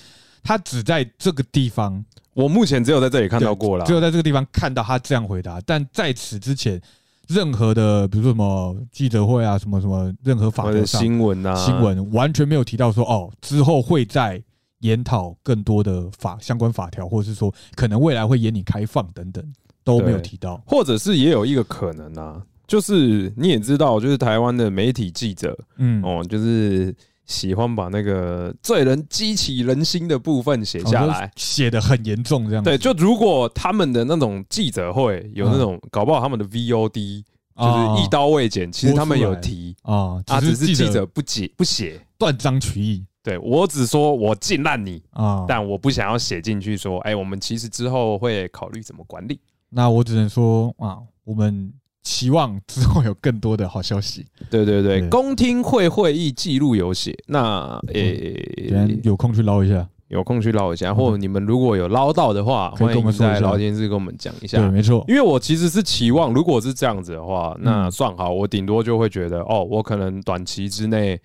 [SPEAKER 2] 他只在这个地方
[SPEAKER 1] 我目前只有在这里看到过了
[SPEAKER 2] 只，有在这个地方看到他这样回答，但在此之前，任何的比如说什么记者会啊，什么什么，任何法
[SPEAKER 1] 或
[SPEAKER 2] 律
[SPEAKER 1] 者
[SPEAKER 2] 上
[SPEAKER 1] 新闻啊，
[SPEAKER 2] 新闻完全没有提到说哦，之后会在研讨更多的法相关法条，或者是说可能未来会严你开放等等，都没有
[SPEAKER 1] 对
[SPEAKER 2] 提到。
[SPEAKER 1] 或者是也有一个可能啊，就是你也知道，就是台湾的媒体记者
[SPEAKER 2] 嗯，
[SPEAKER 1] 哦，就是喜欢把那个最能激起人心的部分写
[SPEAKER 2] 哦
[SPEAKER 1] 下来。
[SPEAKER 2] 写的很严重这样子，
[SPEAKER 1] 对，就如果他们的那种记者会有
[SPEAKER 2] 嗯
[SPEAKER 1] 那种，搞不好他们的 VOD
[SPEAKER 2] 哦
[SPEAKER 1] 就是一刀未剪，其实他们有提，
[SPEAKER 2] 啊，
[SPEAKER 1] 啊，只是
[SPEAKER 2] 是
[SPEAKER 1] 记
[SPEAKER 2] 记
[SPEAKER 1] 者不解不写。
[SPEAKER 2] 断章取义
[SPEAKER 1] 对我只说我尽烂你，
[SPEAKER 2] 啊。
[SPEAKER 1] 但我不想要写进去说，哎，我们其实之后会考虑怎么管理。
[SPEAKER 2] 那我只能说啊，我们期望之后有更多的好消息。
[SPEAKER 1] 对对对，
[SPEAKER 2] 对哦
[SPEAKER 1] 公听会会议记录有写，那
[SPEAKER 2] 等一
[SPEAKER 1] 诶
[SPEAKER 2] 下有空去捞一下。
[SPEAKER 1] 有空去捞一下，或者你们如果有捞到的话，
[SPEAKER 2] 嗯可
[SPEAKER 1] 欢
[SPEAKER 2] 以跟我
[SPEAKER 1] 迎
[SPEAKER 2] 们说一下
[SPEAKER 1] 在聊天室跟我们讲一下
[SPEAKER 2] 对，。没错。
[SPEAKER 1] 因为我其实是期望，如果是这样子的话，那
[SPEAKER 2] 嗯
[SPEAKER 1] 算好，我顶多就会觉得，哦，我可能短期之内，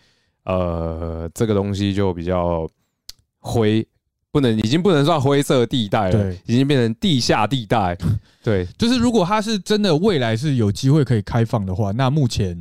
[SPEAKER 1] 呃，这个东西就比较灰，不能已经不能算灰色地带了
[SPEAKER 2] 对，
[SPEAKER 1] 已经变成地下地 带。对
[SPEAKER 2] 就是如果它是真的未来是有机会可以开放的话，那目前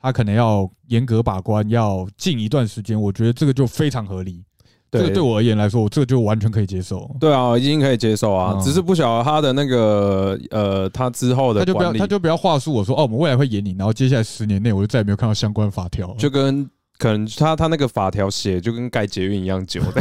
[SPEAKER 2] 它可能要严格把关，要近一段时间。我觉得这个就非常合理。这个对我而言来说，我这个就完全可以接受。
[SPEAKER 1] 对啊，已经可以接受啊，
[SPEAKER 2] 嗯
[SPEAKER 1] 只是不晓得他的那个呃，他之后
[SPEAKER 2] 他
[SPEAKER 1] 的
[SPEAKER 2] 就不
[SPEAKER 1] 管
[SPEAKER 2] 要，
[SPEAKER 1] 理
[SPEAKER 2] 他就不要话术我说哦，我们未来会严你，然后接下来十年内我就再也没有看到相关法条，
[SPEAKER 1] 就跟。可能他他那个法条写就跟盖捷运一样久的，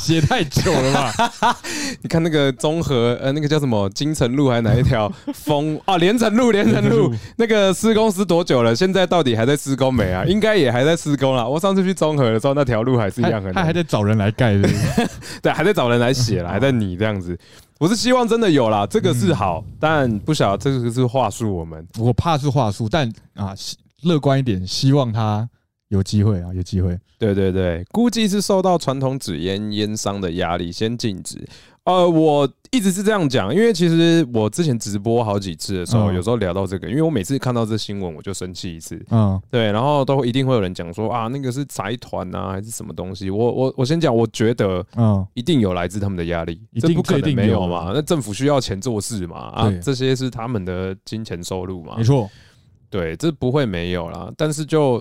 [SPEAKER 2] 写太久了吧？
[SPEAKER 1] 你看那个综合呃那个叫什么金城路还是哪一条风啊连城路连城 路那个施工是多久了？现在到底还在施工没啊？应该也还在施工啦。我上次去综合的时候，那条路还是一样
[SPEAKER 2] 他
[SPEAKER 1] 很
[SPEAKER 2] 他还
[SPEAKER 1] 难，
[SPEAKER 2] 在找人来盖，是不是
[SPEAKER 1] 对，还在找人来写啦，还在拟这样子。我是希望真的有啦，这个是好，但不晓得这个是话术我们。
[SPEAKER 2] 我怕是话术，但啊，希乐观一点，希望他有机会啊，有机会。
[SPEAKER 1] 对对对，估计是受到传统纸烟烟商的压力，先禁止。呃，我一直是这样讲，因为其实我之前直播好几次的时候，
[SPEAKER 2] 嗯
[SPEAKER 1] 有时候聊到这个，因为我每次看到这新闻我就生气一次，
[SPEAKER 2] 嗯
[SPEAKER 1] 对，然后都一定会有人讲说啊，那个是财团啊，还是什么东西？我我我先讲，我觉得
[SPEAKER 2] 嗯，
[SPEAKER 1] 一定有来自他们的压力，
[SPEAKER 2] 一
[SPEAKER 1] 这
[SPEAKER 2] 定
[SPEAKER 1] 不可
[SPEAKER 2] 这一
[SPEAKER 1] 能
[SPEAKER 2] 定
[SPEAKER 1] 没
[SPEAKER 2] 有
[SPEAKER 1] 嘛
[SPEAKER 2] 的？
[SPEAKER 1] 那政府需要钱做事嘛？啊
[SPEAKER 2] 对，
[SPEAKER 1] 这些是他们的金钱收入嘛
[SPEAKER 2] 没？错，
[SPEAKER 1] 对，这不会没有啦。但是就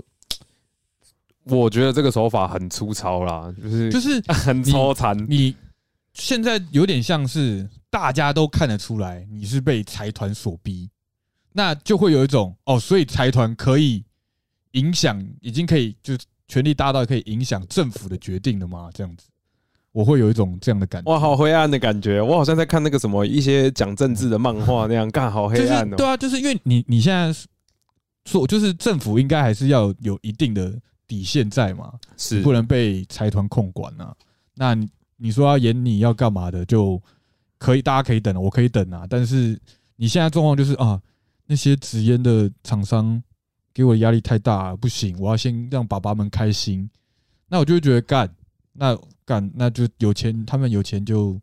[SPEAKER 1] 我觉得这个手法很粗糙啦，就是
[SPEAKER 2] 就是
[SPEAKER 1] 很粗残。
[SPEAKER 2] 你现在有点像是大家都看得出来你是被财团所逼，那就会有一种哦，所以财团可以影响，已经可以就是权力大到可以影响政府的决定了吗？这样子，我会有一种这样的感觉。
[SPEAKER 1] 哇，好灰暗的感觉，我好像在看那个什么一些讲政治的漫画那样，干好
[SPEAKER 2] 就
[SPEAKER 1] 黑
[SPEAKER 2] 是
[SPEAKER 1] 暗哦、
[SPEAKER 2] 对啊，就是因为你你现在是说，就是政府应该还是要有一定的底线在嘛，
[SPEAKER 1] 是
[SPEAKER 2] 不能被财团控管啊。那你你说要演你要干嘛的，就可以，大家可以等，我可以等啊。但是你现在状况就是啊，那些直烟的厂商给我的压力太大了，不行，我要先让爸爸们开心。那我就会觉得干，那干那就有钱，他们有钱就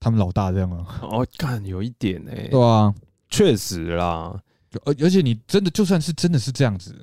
[SPEAKER 2] 他们老大这样啊，
[SPEAKER 1] 哦，干有一点哎、
[SPEAKER 2] 对啊。
[SPEAKER 1] 确实啦，
[SPEAKER 2] 就而而且你真的就算是真的是这样子，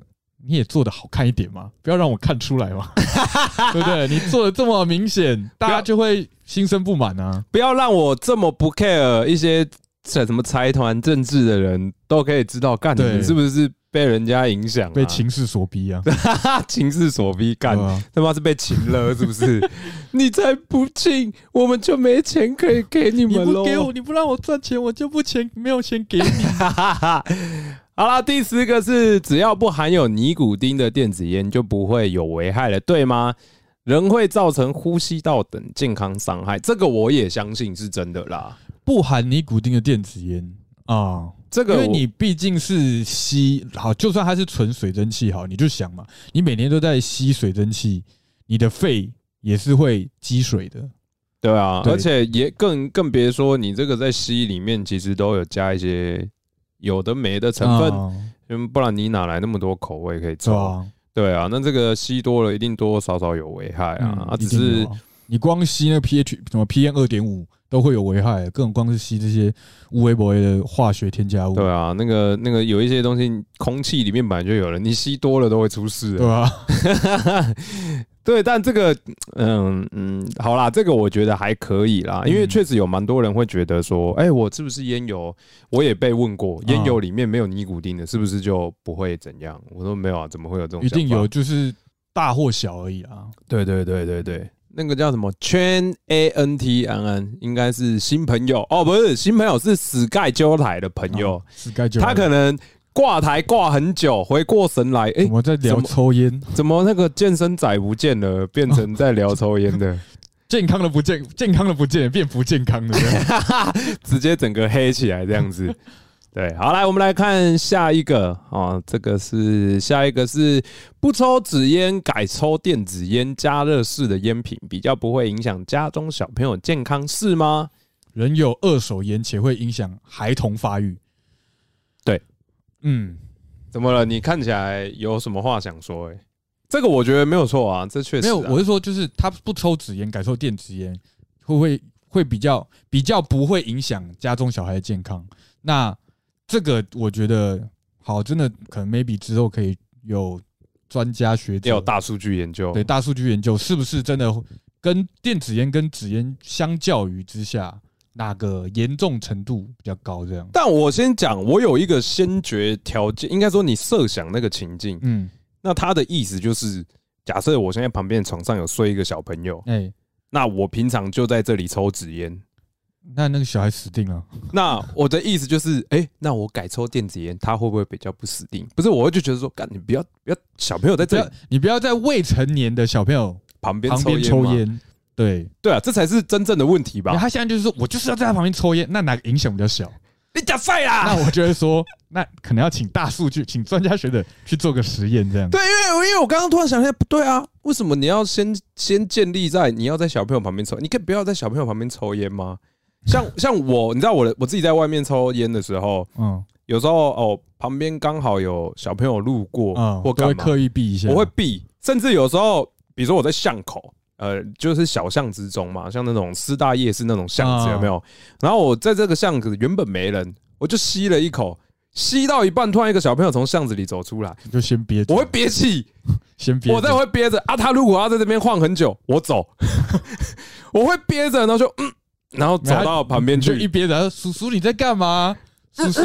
[SPEAKER 2] 你也做的好看一点嘛，不要让我看出来嘛， 对不对？你做的这么明显，大家就会心生不满啊。
[SPEAKER 1] 不要让我这么不 care 一些什么财团政治的人都可以知道，干你
[SPEAKER 2] 对
[SPEAKER 1] 们是不是被人家影响、啊，
[SPEAKER 2] 被情势所逼啊，
[SPEAKER 1] 情势所逼干
[SPEAKER 2] 对，啊
[SPEAKER 1] 他妈是被请了是不 是？你再不请，我们就没钱可以给你
[SPEAKER 2] 你
[SPEAKER 1] 们喽
[SPEAKER 2] 不。给我，你不让我赚钱，我就不钱，没有钱给你。
[SPEAKER 1] 哈哈哈。 好啦，第十个是只要不含有尼古丁的电子烟就不会有危害了，对吗？人会造成呼吸道等健康伤害，这个我也相信是真的啦。
[SPEAKER 2] 不含尼古丁的电子烟啊，
[SPEAKER 1] 这
[SPEAKER 2] 因
[SPEAKER 1] 个
[SPEAKER 2] 为
[SPEAKER 1] 我
[SPEAKER 2] 你毕竟是吸好，就算它是纯水蒸气好，你就想嘛，你每天都在吸水蒸气，你的肺也是会积水的。
[SPEAKER 1] 对啊，
[SPEAKER 2] 对
[SPEAKER 1] 而且也更更别说你这个在吸里面其实都有加一些有的没的成分，
[SPEAKER 2] 啊
[SPEAKER 1] 嗯，不然你哪来那么多口味可以
[SPEAKER 2] 是
[SPEAKER 1] 做？
[SPEAKER 2] 吧？
[SPEAKER 1] 对啊，那这个吸多了一定多多少少有危害啊，啊，
[SPEAKER 2] 一
[SPEAKER 1] 只
[SPEAKER 2] 定有
[SPEAKER 1] 是
[SPEAKER 2] 啊你光吸那个 pH 什么 PM 二点五都会有危害，更何况是吸这些无微不微的化学添加物，
[SPEAKER 1] 对啊，那个那个有一些东西，空气里面本来就有了，你吸多了都会出事
[SPEAKER 2] 对
[SPEAKER 1] 的。
[SPEAKER 2] 吧？
[SPEAKER 1] 对，但这个，嗯嗯，好啦，这个我觉得还可以啦，因为
[SPEAKER 2] 嗯
[SPEAKER 1] 确实有蛮多人会觉得说，哎、我是不是烟油？我也被问过，
[SPEAKER 2] 嗯
[SPEAKER 1] 烟油里面没有尼古丁的，是不是就不会怎样？我说没有啊，怎么会有这种？
[SPEAKER 2] 一定有，。就是大或小而已啊。
[SPEAKER 1] 对对对对对，那个叫什么圈 A N T 安安，应该是新朋友哦，不是新朋友，是死盖揪台的朋友，
[SPEAKER 2] 是该就
[SPEAKER 1] 他可能挂台挂很久，回过神来，哎、
[SPEAKER 2] 我们在聊
[SPEAKER 1] 怎么
[SPEAKER 2] 抽烟，
[SPEAKER 1] 怎么那个健身仔不见了，变成在聊抽烟 的，
[SPEAKER 2] 健康的不健，健康的不健，变不健康的。
[SPEAKER 1] 直接整个黑起来这样子。对，好来，我们来看下一个啊、哦，这个是下一个是不抽纸烟，改抽电子烟、加热式的烟品，比较不会影响家中小朋友健康，是吗？
[SPEAKER 2] 人有二手烟，且会影响孩童发育。
[SPEAKER 1] 对，
[SPEAKER 2] 嗯，
[SPEAKER 1] 怎么了？你看起来有什么话想说、哎，这个我觉得没有错啊，这确实
[SPEAKER 2] 没
[SPEAKER 1] 啊、
[SPEAKER 2] 有，我是说，就是他不抽纸烟，改抽电子烟，会不会会比较比较不会影响家中小孩的健康？那这个我觉得好，真的可能 maybe 之后可以有专家学者
[SPEAKER 1] 要有大数据研究，
[SPEAKER 2] 对哦大数据研究，是不是真的跟电子烟跟纸烟相较于之下，哪个严重程度比较高？这样，
[SPEAKER 1] 但我先讲，我有一个先决条件，应该说你设想那个情境，
[SPEAKER 2] 嗯，
[SPEAKER 1] 那他的意思就是，假设我现在旁边床上有睡一个小朋友，
[SPEAKER 2] 哎、
[SPEAKER 1] 那我平常就在这里抽纸烟，
[SPEAKER 2] 那那个小孩死定了。
[SPEAKER 1] 那我的意思就是，哎、那我改抽电子烟，他会不会比较不死定？不是，我就觉得说，干你不要不要，小朋友在
[SPEAKER 2] 不
[SPEAKER 1] 这
[SPEAKER 2] 要
[SPEAKER 1] 里，
[SPEAKER 2] 你不要在未成年的小朋友
[SPEAKER 1] 旁边
[SPEAKER 2] 旁
[SPEAKER 1] 抽
[SPEAKER 2] 边
[SPEAKER 1] 烟
[SPEAKER 2] 抽
[SPEAKER 1] 嘛，
[SPEAKER 2] 烟。对，
[SPEAKER 1] 对啊，这才是真正的问题吧？
[SPEAKER 2] 他现在就是说我就是要在他旁边抽烟，那哪个影响比较小？
[SPEAKER 1] 你假赛啊啦！
[SPEAKER 2] 那我就会说， 那可能要请大数据，请专家学者去做个实验，这样。
[SPEAKER 1] 对，因为因为我刚刚突然想起来，不对啊，为什么你要先先建立在你要在小朋友旁边抽？你可以不要在小朋友旁边抽烟吗？像像我，你知道我的我自己在外面抽烟的时候，
[SPEAKER 2] 嗯
[SPEAKER 1] 有时候哦旁边刚好有小朋友路过
[SPEAKER 2] 嗯，
[SPEAKER 1] 或
[SPEAKER 2] 都
[SPEAKER 1] 干
[SPEAKER 2] 会
[SPEAKER 1] 嘛，
[SPEAKER 2] 刻意避一下。
[SPEAKER 1] 我会避，甚至有时候比如说我在巷口。呃，就是小巷之中嘛，像那种师大夜市那种巷子，
[SPEAKER 2] 啊
[SPEAKER 1] 有没有？然后我在这个巷子原本没人，我就吸了一口，吸到一半，突然一个小朋友从巷子里走出来，
[SPEAKER 2] 你就先憋着，
[SPEAKER 1] 我会憋气，
[SPEAKER 2] 先憋着。
[SPEAKER 1] 我再会憋着啊。他如果要在这边晃很久，我走， 我会憋着，然后就嗯，然后走
[SPEAKER 2] 然后
[SPEAKER 1] 到旁边
[SPEAKER 2] 你就一
[SPEAKER 1] 去。
[SPEAKER 2] 憋着，然后叔叔你在干嘛？叔叔。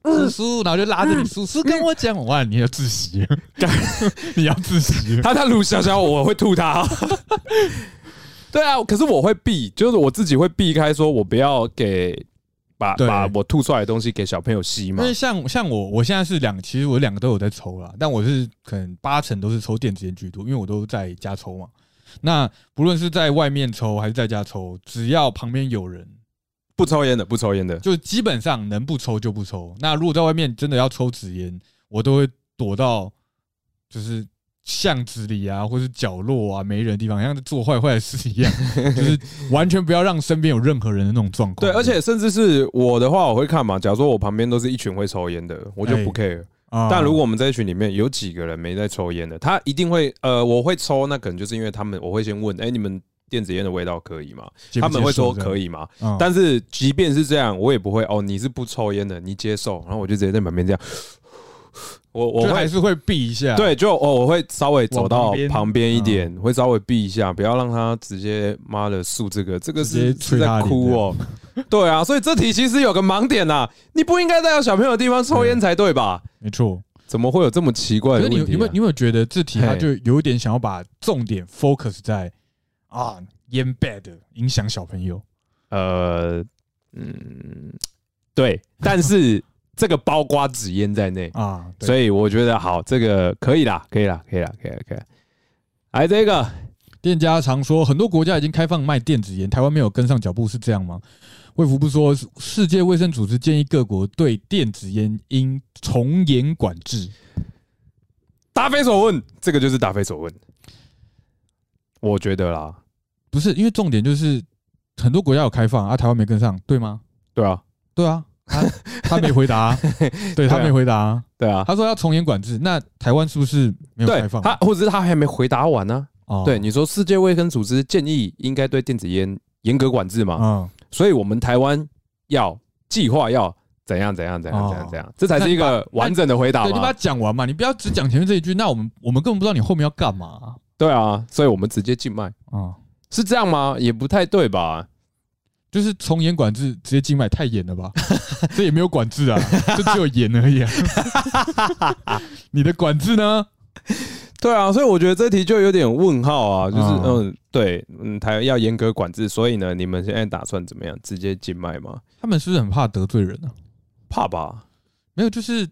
[SPEAKER 2] 叔叔，然后就拉着你，叔叔跟我讲，哇，你要窒息， 你要窒息，
[SPEAKER 1] 他他如小小，我会吐他。 对啊，可是我会避，就是我自己会避开，说我不要给把
[SPEAKER 2] 对
[SPEAKER 1] 把我吐出来的东西给小朋友吸
[SPEAKER 2] 因
[SPEAKER 1] 嘛。
[SPEAKER 2] 为像像我，我现在是两，其实我两个都有在抽啦，但我是可能八成都是抽电子烟居多，因为我都在家抽嘛。那不论是在外面抽还是在家抽，只要旁边有人，
[SPEAKER 1] 不抽烟的，不抽烟的，
[SPEAKER 2] 就基本上能不抽就不抽。那如果在外面真的要抽纸烟，我都会躲到就是巷子里啊，或是角落啊没人的地方，像是做坏坏的事一样， 就是完全不要让身边有任何人的那种状况。
[SPEAKER 1] 对，而且甚至是我的话，我会看嘛。假如说我旁边都是一群会抽烟的，我就不 care。
[SPEAKER 2] 啊，
[SPEAKER 1] 但如果我们这一群里面有几个人没在抽烟的，他一定会呃，我会抽，那可能就是因为他们，我会先问，哎、你们电子烟的味道可以吗？
[SPEAKER 2] 接不
[SPEAKER 1] 他们会说
[SPEAKER 2] 接受这样
[SPEAKER 1] 可，以吗？
[SPEAKER 2] 嗯
[SPEAKER 1] 但是即便是这样，我也不会哦，你是不抽烟的，你接受，然后我就直接在旁边这样，我我
[SPEAKER 2] 就
[SPEAKER 1] 会
[SPEAKER 2] 还是会避一下。
[SPEAKER 1] 对，就哦，我会稍微走
[SPEAKER 2] 往
[SPEAKER 1] 到
[SPEAKER 2] 旁边嗯
[SPEAKER 1] 旁边一点，会稍微避一下，不要让他直接妈的竖这个，这个
[SPEAKER 2] 直
[SPEAKER 1] 是
[SPEAKER 2] 接
[SPEAKER 1] 是
[SPEAKER 2] 捶他
[SPEAKER 1] 在
[SPEAKER 2] 脸
[SPEAKER 1] 哭哦。 对啊，所以这题其实有个盲点呐、你不应该在有小朋友的地方
[SPEAKER 2] 嗯
[SPEAKER 1] 抽烟才对吧？
[SPEAKER 2] 没错。
[SPEAKER 1] 怎么会有这么奇怪
[SPEAKER 2] 可
[SPEAKER 1] 的
[SPEAKER 2] 是
[SPEAKER 1] 问
[SPEAKER 2] 你
[SPEAKER 1] 题、啊？
[SPEAKER 2] 你有没有你有没有觉得这题它
[SPEAKER 1] 嘿
[SPEAKER 2] 就有点想要把重点 focus 在啊烟 bad 影响小朋友？
[SPEAKER 1] 呃，嗯，对，但是这个包括纸烟在内，
[SPEAKER 2] 啊，对
[SPEAKER 1] 所以我觉得好，这个可以啦，可以啦，可以啦，可以啦，可以啦。来这个，
[SPEAKER 2] 店家常说很多国家已经开放卖电子烟，台湾没有跟上脚步，是这样吗？卫福部说，世界卫生组织建议各国对电子烟应从严管制。
[SPEAKER 1] 答非所问，这个就是答非所问。我觉得啦，
[SPEAKER 2] 不是因为重点就是很多国家有开放啊，台湾没跟上，对吗？
[SPEAKER 1] 对啊，
[SPEAKER 2] 对啊，他他没回答 啊、对他没回答啊、
[SPEAKER 1] 对啊，
[SPEAKER 2] 他说要从严管制，那台湾是不是没有
[SPEAKER 1] 对
[SPEAKER 2] 开放？
[SPEAKER 1] 他，或者是他还没回答完呢、
[SPEAKER 2] 哦
[SPEAKER 1] 对，，你说世界卫生组织建议应该对电子烟严格管制嘛，
[SPEAKER 2] 嗯，
[SPEAKER 1] 所以我们台湾要计划要怎样怎样怎样
[SPEAKER 2] 哦
[SPEAKER 1] 怎样怎样，这才是一个完整的回答
[SPEAKER 2] 对，你把它
[SPEAKER 1] 嘛。
[SPEAKER 2] 讲完嘛，你不要只讲前面这一句，那我们我们根本不知道你后面要干嘛
[SPEAKER 1] 对啊，所以我们直接禁卖，
[SPEAKER 2] 啊、嗯
[SPEAKER 1] 是这样吗？也不太对吧？
[SPEAKER 2] 就是从严管制直接禁卖，太严了吧？ 这也没有管制啊， 这只有严而已、啊。 你的管制呢？
[SPEAKER 1] 对啊，所以我觉得这题就有点问号啊，就是
[SPEAKER 2] 嗯
[SPEAKER 1] 嗯，对，嗯，台要严格管制，所以呢，你们现在打算怎么样？直接禁卖吗？
[SPEAKER 2] 他们是不是很怕得罪人啊？
[SPEAKER 1] 怕吧，
[SPEAKER 2] 没有，就是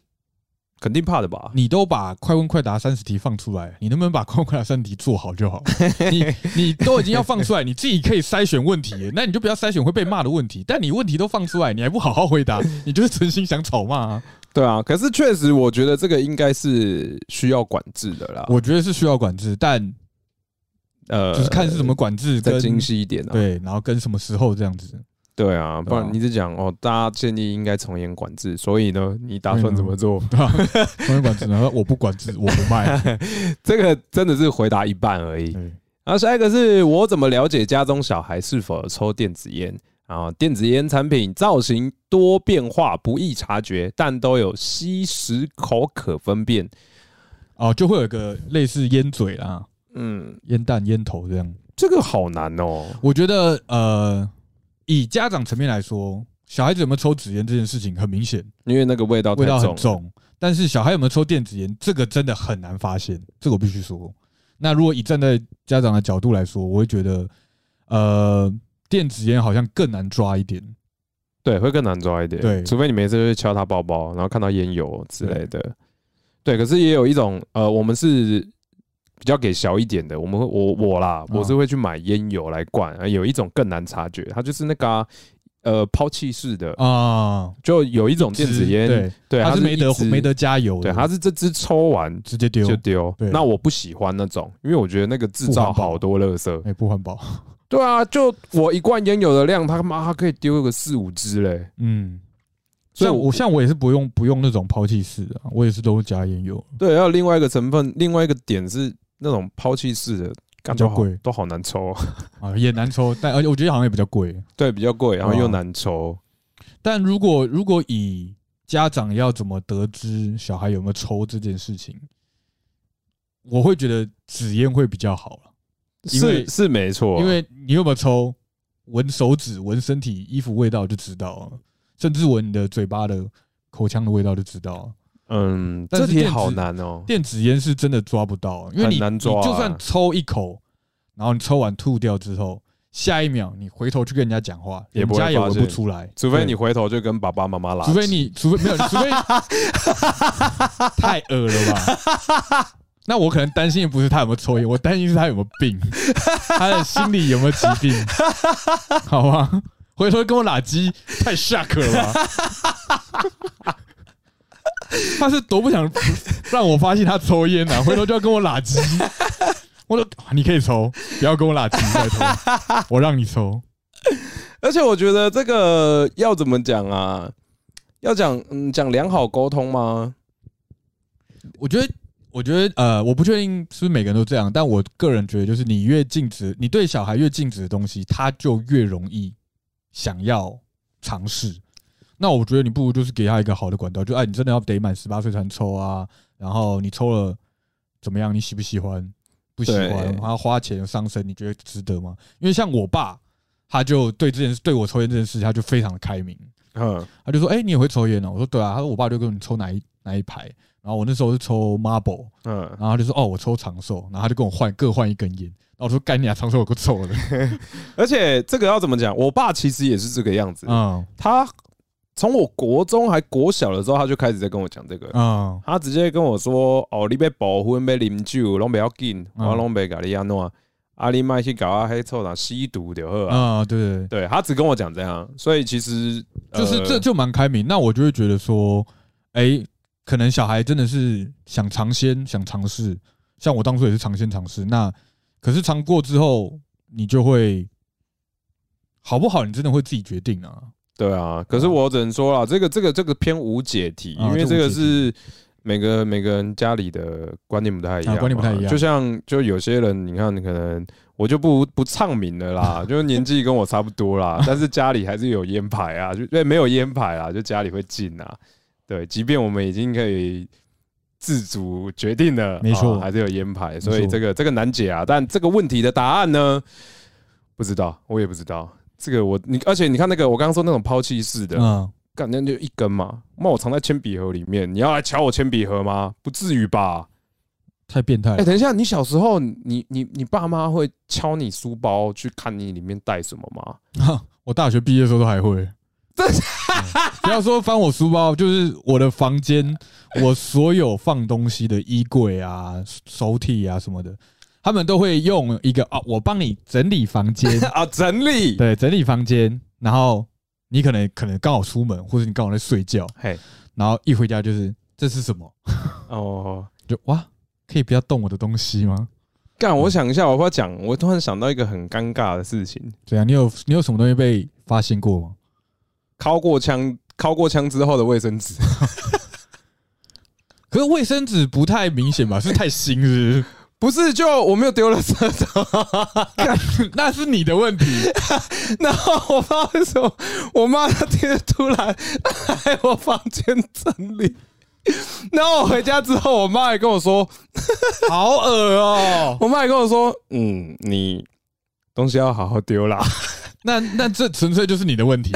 [SPEAKER 1] 肯定怕的吧？
[SPEAKER 2] 你都把快问快答三十题放出来，你能不能把快问快答三十题做好 就好？你你都已经要放出来，你自己可以筛选问题耶，那你就不要筛选会被骂的问题。但你问题都放出来，你还不好好回答，你就是存心想吵骂啊！
[SPEAKER 1] 对啊，可是确实，我觉得这个应该是需要管制的啦。
[SPEAKER 2] 我觉得是需要管制，但
[SPEAKER 1] 呃，
[SPEAKER 2] 就是看是什么管制
[SPEAKER 1] 再
[SPEAKER 2] 跟
[SPEAKER 1] 精细一点啊。
[SPEAKER 2] 对，然后跟什么时候这样子。
[SPEAKER 1] 对啊，不
[SPEAKER 2] 对啊
[SPEAKER 1] 然你只讲哦，大家建议应该从严管制，所以呢，你打算怎么做？
[SPEAKER 2] 对吧？没人管制，然后我不管制，我不卖。
[SPEAKER 1] 这个真的是回答一半而已。
[SPEAKER 2] 对，
[SPEAKER 1] 然后下一个是我怎么了解家中小孩是否有抽电子烟？啊，电子烟产品造型多变化，不易察觉，但都有吸食口可分辨。
[SPEAKER 2] 哦，就会有一个类似烟嘴啦、
[SPEAKER 1] 嗯，
[SPEAKER 2] 烟弹、烟头这样。
[SPEAKER 1] 这个好难哦。
[SPEAKER 2] 我觉得，呃，以家长层面来说，小孩子有没有抽纸烟这件事情很明显，
[SPEAKER 1] 因为那个味哦道太
[SPEAKER 2] 味道很
[SPEAKER 1] 重，
[SPEAKER 2] 重。但是小孩有没有抽电子烟，这个真的很难发现，这个我必须说。那如果以站在家长的角度来说，我会觉得，呃，电子烟好像更难抓一点。
[SPEAKER 1] 对，会更难抓一点。
[SPEAKER 2] 对
[SPEAKER 1] 除非你每次就去敲他包包，然后看到烟油之类的。对，可是也有一种呃，我们是比较给小一点的，我们会我我啦，我
[SPEAKER 2] 嗯
[SPEAKER 1] 是会去买烟油来灌。啊、有一种更难察觉，它就是那个啊、呃抛弃式的，
[SPEAKER 2] 啊，
[SPEAKER 1] 就有一种电子烟，
[SPEAKER 2] 对，
[SPEAKER 1] 对，
[SPEAKER 2] 它是没得
[SPEAKER 1] 一支
[SPEAKER 2] 没，得加油的，
[SPEAKER 1] 对，它是这支抽完
[SPEAKER 2] 直接丢
[SPEAKER 1] 就，丢
[SPEAKER 2] 对。
[SPEAKER 1] 那我不喜欢那种，因为我觉得那个制造
[SPEAKER 2] 不环保
[SPEAKER 1] 好多垃圾。
[SPEAKER 2] 哎，不环 保。
[SPEAKER 1] 对啊，就我一罐烟油的量，他妈他可以丢个四五支嘞。
[SPEAKER 2] 嗯，
[SPEAKER 1] 所以
[SPEAKER 2] 像我
[SPEAKER 1] 我
[SPEAKER 2] 像我也是不用不用那种抛弃式的啊，我也是都加烟油。
[SPEAKER 1] 对，还有另外一个成分，另外一个点是那种抛弃式的，感
[SPEAKER 2] 比较
[SPEAKER 1] 觉好
[SPEAKER 2] 贵
[SPEAKER 1] 都好难抽哦，
[SPEAKER 2] 啊，也难抽，但而且我觉得好像也比较贵。
[SPEAKER 1] 对，比较贵，然后
[SPEAKER 2] 对啊
[SPEAKER 1] 又难抽。
[SPEAKER 2] 但如果如果以家长要怎么得知小孩有没有抽这件事情，我会觉得纸烟会比较好了，因为
[SPEAKER 1] 是是没错啊，
[SPEAKER 2] 因为你有没有抽，闻手指、闻身体、衣服味道就知道了，甚至闻你的嘴巴的口腔的味道就知道了。
[SPEAKER 1] 嗯，
[SPEAKER 2] 但
[SPEAKER 1] 这
[SPEAKER 2] 是
[SPEAKER 1] 题
[SPEAKER 2] 电子
[SPEAKER 1] 好难哦。
[SPEAKER 2] 电子烟是真的抓不到，因为你
[SPEAKER 1] 很难抓啊
[SPEAKER 2] 你就算抽一口，然后你抽完吐掉之后，下一秒你回头去跟人家讲话，
[SPEAKER 1] 也
[SPEAKER 2] 人
[SPEAKER 1] 不会
[SPEAKER 2] 家也
[SPEAKER 1] 发
[SPEAKER 2] 闻
[SPEAKER 1] 现
[SPEAKER 2] 不出来，
[SPEAKER 1] 除非你
[SPEAKER 2] 对。
[SPEAKER 1] 回头就跟爸爸妈妈拉起，
[SPEAKER 2] 除非你，除非没有，除非太恶了吧？那我可能担心的不是他有没有抽烟，我担心是他有没有病，他的心理有没有疾病，好吧？回头跟我拉鸡，太 shock 了吧？ 他是多不想让我发现他抽烟呐、啊，回头就要跟我拉鸡。我说你可以抽，不要跟我拉鸡，拜托，我让你抽。
[SPEAKER 1] 而且我觉得这个要怎么讲啊？要讲嗯讲良好沟通吗？
[SPEAKER 2] 我觉得，我觉得，呃，我不确定是不是每个人都这样，但我个人觉得，就是你越禁止，你对小孩越禁止的东西，他就越容易想要尝试。那我觉得你不如就是给他一个好的管道，就哎，你真的要得满十八岁才能抽啊，然后你抽了怎么样？你喜不喜欢？不喜欢，
[SPEAKER 1] 对
[SPEAKER 2] 然后花钱伤身，你觉得值得吗？因为像我爸，他就对这件事，对我抽烟这件事，他就非常的开明。
[SPEAKER 1] 嗯，
[SPEAKER 2] 他就说：“哎、你也会抽烟哦？”我说：“对啊。”他说：“我爸就跟你抽哪一哪一排。”然后我那时候是抽 Marble，
[SPEAKER 1] 嗯，
[SPEAKER 2] 然后他就说：“哦，我抽长寿。”然后他就跟我换各换一根烟。然后我说：“干你啊，长寿有够 臭的。
[SPEAKER 1] 而且这个要怎么讲？我爸其实也是这个样”子，
[SPEAKER 2] 嗯
[SPEAKER 1] 他从我国中还国小的时候，他就开始在跟我讲这个。
[SPEAKER 2] 嗯
[SPEAKER 1] 他直接跟我说：“哦，你被保护，被啉酒，拢不要紧，
[SPEAKER 2] 嗯
[SPEAKER 1] 我拢袂甲你安怎，啊，你莫去搞啊黑臭啦，吸毒就好啊。
[SPEAKER 2] 嗯，对对
[SPEAKER 1] 对他只跟我讲这样，所以其实
[SPEAKER 2] 对，就是
[SPEAKER 1] 呃
[SPEAKER 2] 这就蛮开明。那我就会觉得说，哎、可能小孩真的是想尝鲜，想尝试。像我当初也是尝鲜尝试。那可是尝过之后，你就会好不好？你真的会自己决定啊。
[SPEAKER 1] 对啊，可是我只能说啦，这个这个这个偏无解题，
[SPEAKER 2] 啊
[SPEAKER 1] 因为这个
[SPEAKER 2] 这无解题
[SPEAKER 1] 是每个每个人家里的观念不太一样嘛，
[SPEAKER 2] 啊观念不太一样
[SPEAKER 1] 就像就有些人，你看可能我就不不唱名了啦， 就是年纪跟我差不多啦，但是家里还是有烟牌啊，就对没有烟牌啦，就家里会禁啊。对，即便我们已经可以自主决定了，
[SPEAKER 2] 没错
[SPEAKER 1] 啊还是有烟牌，
[SPEAKER 2] 错
[SPEAKER 1] 所以这个这个难解啊。但这个问题的答案呢，不知道，我也不知道。这个我你，而且你看那个我刚刚说那种抛弃式的，
[SPEAKER 2] 嗯，
[SPEAKER 1] 干那就一根嘛，那我藏在铅笔盒里面，你要来抢我铅笔盒吗？不至于吧？
[SPEAKER 2] 太变态
[SPEAKER 1] 哎、
[SPEAKER 2] 了。
[SPEAKER 1] 等一下，你小时候，你你你爸妈会敲你书包去看你里面带什么吗？
[SPEAKER 2] 我大学毕业的时候都还会。
[SPEAKER 1] 真的
[SPEAKER 2] 嗯不要说翻我书包，就是我的房间，我所有放东西的衣柜啊、抽屉啊什么的，他们都会用一个啊，我帮你整理房间，
[SPEAKER 1] 啊，整理，
[SPEAKER 2] 对，整理房间，然后你可能可能刚好出门，或者你刚好在睡觉，
[SPEAKER 1] 嘿，
[SPEAKER 2] 然后一回家就是这是什么，
[SPEAKER 1] 哦，
[SPEAKER 2] 就哇，可以不要动我的东西吗？
[SPEAKER 1] 干，我想一下，我要讲，我突然想到一个很尴尬的事情，
[SPEAKER 2] 对啊，你有你有什么东西被发现过吗？
[SPEAKER 1] 敲过枪，敲过枪之后的卫生纸，
[SPEAKER 2] 可是卫生纸不太明显吧？是太新是不是？
[SPEAKER 1] 不是，就我没有丢了厕所，
[SPEAKER 2] 那是你的问题。
[SPEAKER 1] 然后我爸为什么？我妈那天突然来我房间整理，然后我回家之后，我妈还跟我说，
[SPEAKER 2] 好恶哦、
[SPEAKER 1] 我妈还跟我说，嗯，你东西要好好丢啦。
[SPEAKER 2] 那那这纯粹就是你的问题，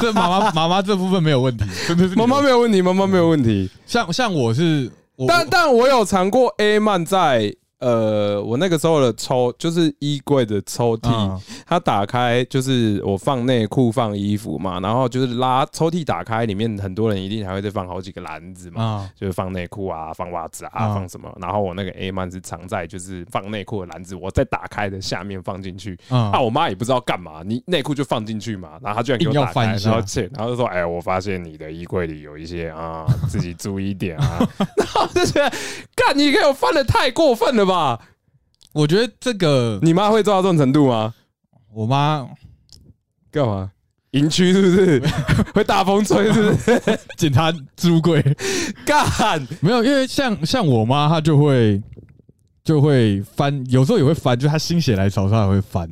[SPEAKER 2] 这妈妈妈妈这部分没有问题，纯粹是你 的
[SPEAKER 1] 妈妈
[SPEAKER 2] 问题
[SPEAKER 1] 没有问题，妈妈没有问题。
[SPEAKER 2] 像像我是我
[SPEAKER 1] 但但我有尝过 A 曼在呃，我那个时候的抽就是衣柜的抽屉，
[SPEAKER 2] 嗯
[SPEAKER 1] 它打开就是我放内裤放衣服嘛，然后就是拉抽屉打开，里面很多人一定还会再放好几个篮子嘛。
[SPEAKER 2] 啊
[SPEAKER 1] 就是放内裤啊，放袜子啊，
[SPEAKER 2] 啊
[SPEAKER 1] 放什么。然后我那个 A 曼是藏在就是放内裤的篮子，我再打开的下面放进去。啊，
[SPEAKER 2] 啊
[SPEAKER 1] 我妈也不知道干嘛，你内裤就放进去嘛。然后她居然给我
[SPEAKER 2] 硬要
[SPEAKER 1] 打开，
[SPEAKER 2] 翻一下
[SPEAKER 1] 然后切，然后就说：“哎，我发现你的衣柜里有一些啊，自己注意一点 啊。”然后我就觉得，干，你给我翻的太过分了吧？
[SPEAKER 2] 我觉得这个
[SPEAKER 1] 你妈会做到这种程度吗？
[SPEAKER 2] 我妈
[SPEAKER 1] 干嘛？营区是不是 会大风吹？是不 是？
[SPEAKER 2] 检查置物柜
[SPEAKER 1] 干，
[SPEAKER 2] 没有，因为像像我妈她就会就会翻，有时候也会翻，就是她心血来潮的时候她也会翻，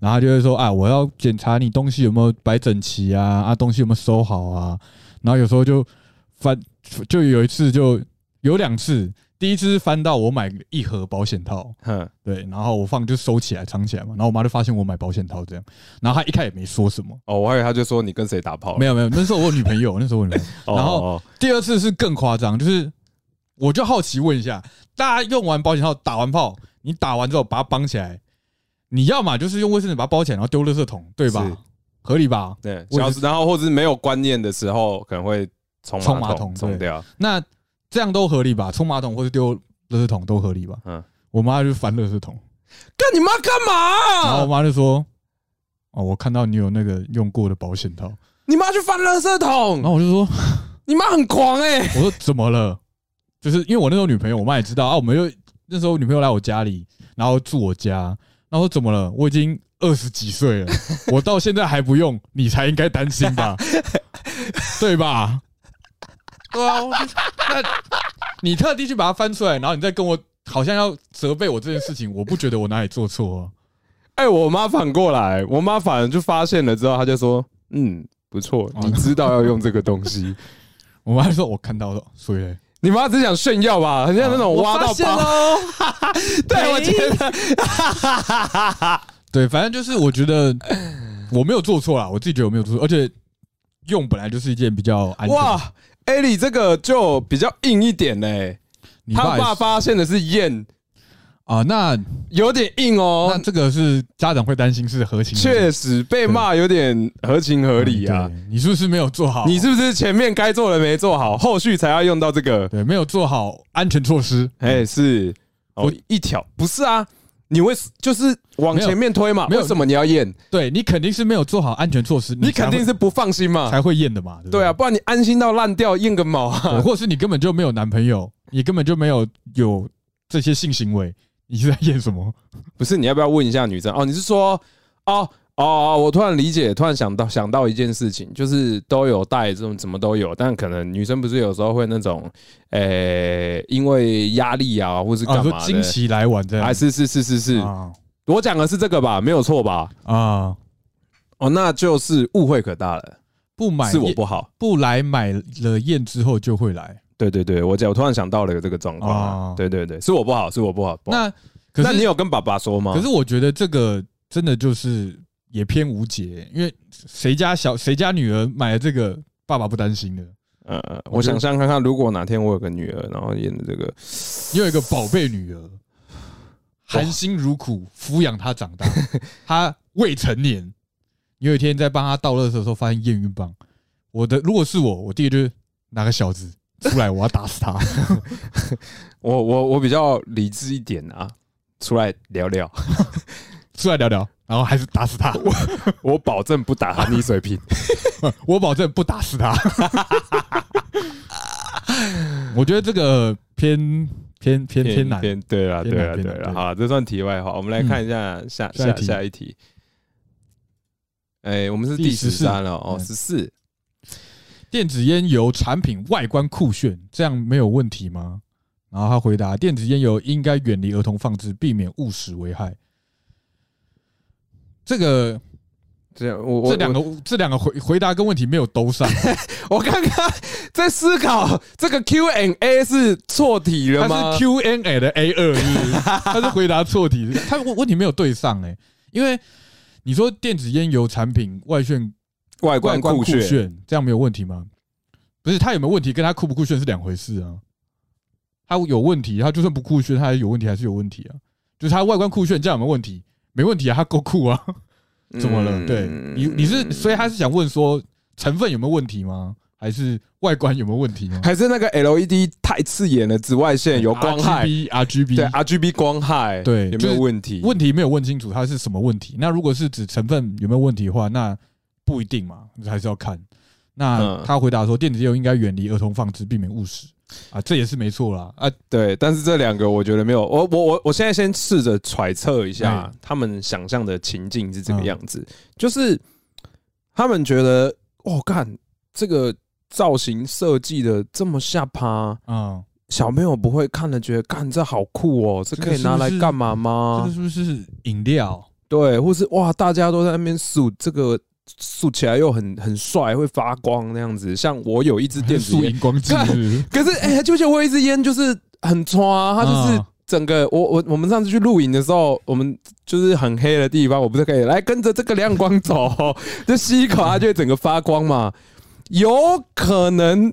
[SPEAKER 2] 然后她就会说啊，我要检查你东西有没有摆整齐啊，啊东西有没有收好啊，然后有时候就翻，就有一次就有两次，第一次是翻到我买一盒保险套，
[SPEAKER 1] 哼，
[SPEAKER 2] 对，然后我放就收起来藏起来嘛，然后我妈就发现我买保险套这样，然后她一开始也没说什么，
[SPEAKER 1] 哦，我还以为她就说你跟谁打炮了
[SPEAKER 2] 没有没有，那时候我有女朋友，那时候我有女朋友。
[SPEAKER 1] 哦
[SPEAKER 2] 然后
[SPEAKER 1] 哦
[SPEAKER 2] 第二次是更夸张，就是我就好奇问一下，大家用完保险套打完炮，你打完之后把它绑起来，你要嘛就是用卫生纸把它包起来，然后丢垃圾桶，对
[SPEAKER 1] 是
[SPEAKER 2] 吧？合理吧？
[SPEAKER 1] 对，
[SPEAKER 2] 我也
[SPEAKER 1] 小
[SPEAKER 2] 是
[SPEAKER 1] 时然后或者是没有观念的时候，可能会冲
[SPEAKER 2] 冲
[SPEAKER 1] 马
[SPEAKER 2] 马桶
[SPEAKER 1] 冲
[SPEAKER 2] 对
[SPEAKER 1] 掉。
[SPEAKER 2] 那这样都合理吧？冲马桶或是丢垃圾桶都合理吧？
[SPEAKER 1] 嗯
[SPEAKER 2] 嗯，我妈就翻垃圾桶，
[SPEAKER 1] 干你妈干
[SPEAKER 2] 然后我
[SPEAKER 1] 嘛？
[SPEAKER 2] 妈就说：“哦，我看到你有那个用过的保险套。”
[SPEAKER 1] 你妈去翻垃圾
[SPEAKER 2] 然
[SPEAKER 1] 桶，
[SPEAKER 2] 后我就说：“
[SPEAKER 1] 你妈很狂哎、
[SPEAKER 2] 我说怎么了？就是因为我那时候女朋友，我妈也知道啊，我们又那时候女朋友来我家里，然后住我家，然后我说怎么了？我已经二十几岁了，我到现在还不用，你才应该担心吧？对吧？对啊，我就那你特地去把它翻出来，然后你再跟我好像要责备我这件事情，我不觉得我哪里做错、啊。
[SPEAKER 1] 哎、我妈反过来，我妈反而就发现了之后，她就说：“嗯，不错，
[SPEAKER 2] 哦
[SPEAKER 1] 你知道要用这个东 西。
[SPEAKER 2] 我妈说我看到了，所以嘞”
[SPEAKER 1] 你妈只想炫耀吧，很
[SPEAKER 2] 哦
[SPEAKER 1] 像那种挖到宝。 对，我觉得
[SPEAKER 2] 对，反正就是我觉得我没有做错啦，我自己觉得我没有做错，而且用本来就是一件比较安全的
[SPEAKER 1] 哇，艾莉这个就比较硬一点嘞、
[SPEAKER 2] 你
[SPEAKER 1] 她
[SPEAKER 2] 爸也
[SPEAKER 1] 爸
[SPEAKER 2] 是
[SPEAKER 1] 发现的是燕，
[SPEAKER 2] 啊，那
[SPEAKER 1] 有点硬
[SPEAKER 2] 那
[SPEAKER 1] 哦，
[SPEAKER 2] 这个是家长会担心是合情合理
[SPEAKER 1] 确实被骂有点合情合理啊。。
[SPEAKER 2] 嗯对你是不是没有做好？
[SPEAKER 1] 你是不是前面该做的没做好，后续才要用到这个？
[SPEAKER 2] 对没有做好安全措施？
[SPEAKER 1] 哎，是哦
[SPEAKER 2] 我，
[SPEAKER 1] 一条不是啊？你为就是往前面推嘛？
[SPEAKER 2] 没有
[SPEAKER 1] 为什么你要验？
[SPEAKER 2] 对你肯定是没有做好安全措施，
[SPEAKER 1] 你肯定
[SPEAKER 2] 才
[SPEAKER 1] 是不放心
[SPEAKER 2] 会
[SPEAKER 1] 嘛？
[SPEAKER 2] 才会验的嘛。不
[SPEAKER 1] 对啊，，不然你安心到烂掉，验个毛
[SPEAKER 2] 对
[SPEAKER 1] 啊！
[SPEAKER 2] 或者是你根本就没有男朋友，你根本就没有有这些性行为，你是在验什么？
[SPEAKER 1] 不是，你要不要问一下女生？哦，你是说哦？哦，我突然理解，突然想到想到一件事情，就是都有带这种什么都有，但可能女生不是有时候会那种，诶、因为压力啊，或是
[SPEAKER 2] 啊，
[SPEAKER 1] 干
[SPEAKER 2] 说
[SPEAKER 1] 嘛的
[SPEAKER 2] 惊，奇来晚这样
[SPEAKER 1] 啊，是是是是是，
[SPEAKER 2] 啊
[SPEAKER 1] 我讲的是这个吧，没有错吧？
[SPEAKER 2] 啊，
[SPEAKER 1] 哦，那就是误会可大了，
[SPEAKER 2] 不买
[SPEAKER 1] 是我
[SPEAKER 2] 验
[SPEAKER 1] 不好。
[SPEAKER 2] 不来买了验之后就会来。
[SPEAKER 1] 对对对，我讲，我突然想到了有这个状况啊
[SPEAKER 2] 哦。
[SPEAKER 1] 对对对，是我不好，是我不好。不好
[SPEAKER 2] 那可
[SPEAKER 1] 那
[SPEAKER 2] 是啊
[SPEAKER 1] 你有跟爸爸说吗？
[SPEAKER 2] 可是我觉得这个真的就是也偏无解，因为谁家小谁家女儿买了这个，爸爸不担心的。
[SPEAKER 1] 呃，我
[SPEAKER 2] 我觉得
[SPEAKER 1] 想象看看，如果哪天我有个女儿，然后演的这个，
[SPEAKER 2] 你有一个宝贝女儿，含辛茹苦抚养她 长大，她未成年，你有一天在帮她倒垃圾的时候发现验孕棒，我的如果是我，我第一个就是拿个小子出来，我要打 死他。
[SPEAKER 1] 我我我比较理智一点啊，出来聊 聊，
[SPEAKER 2] 出来聊聊，然后还是打死他，
[SPEAKER 1] 我保证不打你水 平。
[SPEAKER 2] 我保证不打死他。 我觉得这个偏偏偏偏难，
[SPEAKER 1] 偏对啊
[SPEAKER 2] 偏
[SPEAKER 1] 对
[SPEAKER 2] 难
[SPEAKER 1] 啊
[SPEAKER 2] 偏
[SPEAKER 1] 对
[SPEAKER 2] 难
[SPEAKER 1] 啊。
[SPEAKER 2] 对嗯
[SPEAKER 1] 好，这算题外话，我们来看一下下
[SPEAKER 2] 下一
[SPEAKER 1] 下
[SPEAKER 2] 题
[SPEAKER 1] 下一题。哎，我们是
[SPEAKER 2] 第
[SPEAKER 1] 第十
[SPEAKER 2] 14
[SPEAKER 1] 三了哦，
[SPEAKER 2] 嗯
[SPEAKER 1] 十四。
[SPEAKER 2] 电子烟油产品外观酷炫，这样没有问题吗？然后他回答：电子烟油应该远离儿童放置，避免误食危害。这个
[SPEAKER 1] 这样我我
[SPEAKER 2] 这两个这两个回回答跟问题没有 兜上，
[SPEAKER 1] 我刚刚在思考这个 Q&A 是错题了
[SPEAKER 2] 它
[SPEAKER 1] 吗
[SPEAKER 2] 是 Q&A 的 A 二，是 不是它是回答错题，它问问题没有对上哎、因为你说电子烟油产品外炫
[SPEAKER 1] 外
[SPEAKER 2] 外
[SPEAKER 1] 观
[SPEAKER 2] 观
[SPEAKER 1] 酷
[SPEAKER 2] 酷
[SPEAKER 1] 炫，
[SPEAKER 2] 炫，这样没有问题吗？不是，他有没有问题，跟他酷不酷炫是两回事啊。他有问题，他就算不酷炫，他还有问题还是有问题啊。就是他外观酷炫，这样有没有问题？没问题啊，他够酷啊，怎么了？
[SPEAKER 1] 嗯
[SPEAKER 2] 对你，你是所以他是想问说成分有没有问题吗？还是外观有没有问题吗？
[SPEAKER 1] 还是那个 LED 太刺眼了，紫外线有光害，
[SPEAKER 2] RGB RGB
[SPEAKER 1] 对 RGB 光害，
[SPEAKER 2] 对
[SPEAKER 1] 有没
[SPEAKER 2] 就
[SPEAKER 1] 有
[SPEAKER 2] 是
[SPEAKER 1] 问题？
[SPEAKER 2] 问题没有问清楚它是什么问题。那如果是指成分有没有问题的话，那不一定嘛，还是要看。那
[SPEAKER 1] 嗯
[SPEAKER 2] 他回答说，电子烟应该远离儿童放置，避免误食啊，这也是没错啦啊。
[SPEAKER 1] 对，但是这两个我觉得没有，我我我我现在先试着揣测一下
[SPEAKER 2] 嗯
[SPEAKER 1] 他们想象的情境是这个样子，
[SPEAKER 2] 啊
[SPEAKER 1] 就是他们觉得，哦，干这个造型设计的这么下趴，
[SPEAKER 2] 嗯，
[SPEAKER 1] 小朋友不会看了觉得，干这好酷哦，这
[SPEAKER 2] 这
[SPEAKER 1] 可
[SPEAKER 2] 个
[SPEAKER 1] 以拿来干嘛
[SPEAKER 2] 这
[SPEAKER 1] 吗
[SPEAKER 2] 个？是不是饮料？
[SPEAKER 1] 对，或是哇，大家都在那边数这个数起来又很很帅，会发光那样子。像我有一支电子
[SPEAKER 2] 还是
[SPEAKER 1] 烟，
[SPEAKER 2] 荧光剂是不 是，
[SPEAKER 1] 可是哎、就是我有一支烟就是很穿啊，它就是
[SPEAKER 2] 嗯
[SPEAKER 1] 整个我我我们上次去露营的时候，我们就是很黑的地方，我不是可以来跟着这个亮光走， 就吸一口它就会整个发光嘛，有可能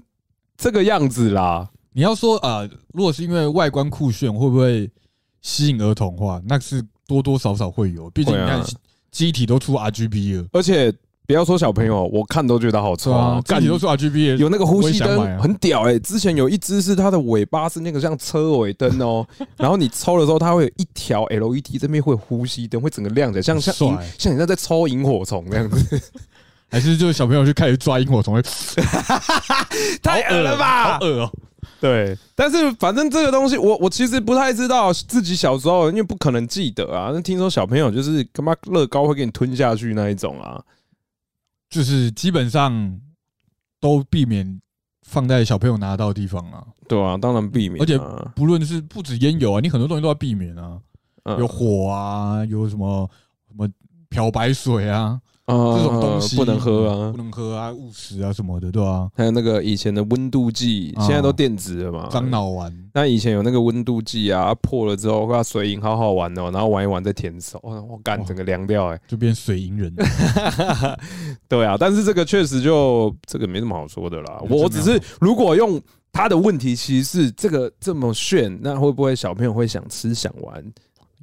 [SPEAKER 1] 这个样子啦。
[SPEAKER 2] 你要说啊、呃如果是因为外观酷炫，会不会吸引儿童化？那是多多少少会有，毕竟
[SPEAKER 1] 会
[SPEAKER 2] 你
[SPEAKER 1] 啊
[SPEAKER 2] 看机体都出 RGB 了，
[SPEAKER 1] 而且不要说小朋友，我看都觉得好
[SPEAKER 2] 是
[SPEAKER 1] 臭
[SPEAKER 2] 啊，自
[SPEAKER 1] 感
[SPEAKER 2] 己都说 RGB，
[SPEAKER 1] 有那个呼吸
[SPEAKER 2] 我也想买
[SPEAKER 1] 灯
[SPEAKER 2] 啊
[SPEAKER 1] 很屌哎、之前有一只是它的尾巴是那个像车尾灯 哦，然后你抽的时候它会有一条 E LED 这边会有呼吸灯，会整个亮起来，像像
[SPEAKER 2] 帅
[SPEAKER 1] 萤像你像在抽萤火虫那样 子，
[SPEAKER 2] 还是就是小朋友去开始抓萤火 虫，会
[SPEAKER 1] 太恶了吧
[SPEAKER 2] 好？恶哦。
[SPEAKER 1] 对，但是反正这个东西我我其实不太知道自己小时候，因为不可能记得啊。那听说小朋友就是他妈乐高会给你吞下去那一种啊，
[SPEAKER 2] 就是基本上都避免放在小朋友拿得到的地方啊，
[SPEAKER 1] 对啊，当然避免、啊，
[SPEAKER 2] 而且不论是不止烟油啊，你很多东西都要避免啊，
[SPEAKER 1] 嗯
[SPEAKER 2] 有火啊，有什么什么漂白水啊，这种东西
[SPEAKER 1] 啊不能喝啊
[SPEAKER 2] 不。能喝啊，误食啊什么的，对吧、
[SPEAKER 1] 还有那个以前的温度计，
[SPEAKER 2] 啊
[SPEAKER 1] 现在都电子了嘛
[SPEAKER 2] 啊？，樟脑丸，
[SPEAKER 1] 那以前有那个温度计啊，破了之后，哇，水银好好玩哦，然后玩一玩再舔手，哇我干
[SPEAKER 2] 哇
[SPEAKER 1] 整个凉掉哎、
[SPEAKER 2] 就变水银人，
[SPEAKER 1] 欸。 对啊，但是这个确实就这个没什么好说的啦。
[SPEAKER 2] 嗯
[SPEAKER 1] 我我只
[SPEAKER 2] 真的没有
[SPEAKER 1] 是如果用他的问题，其实是这个这么炫，那会不会小朋友会想吃想玩？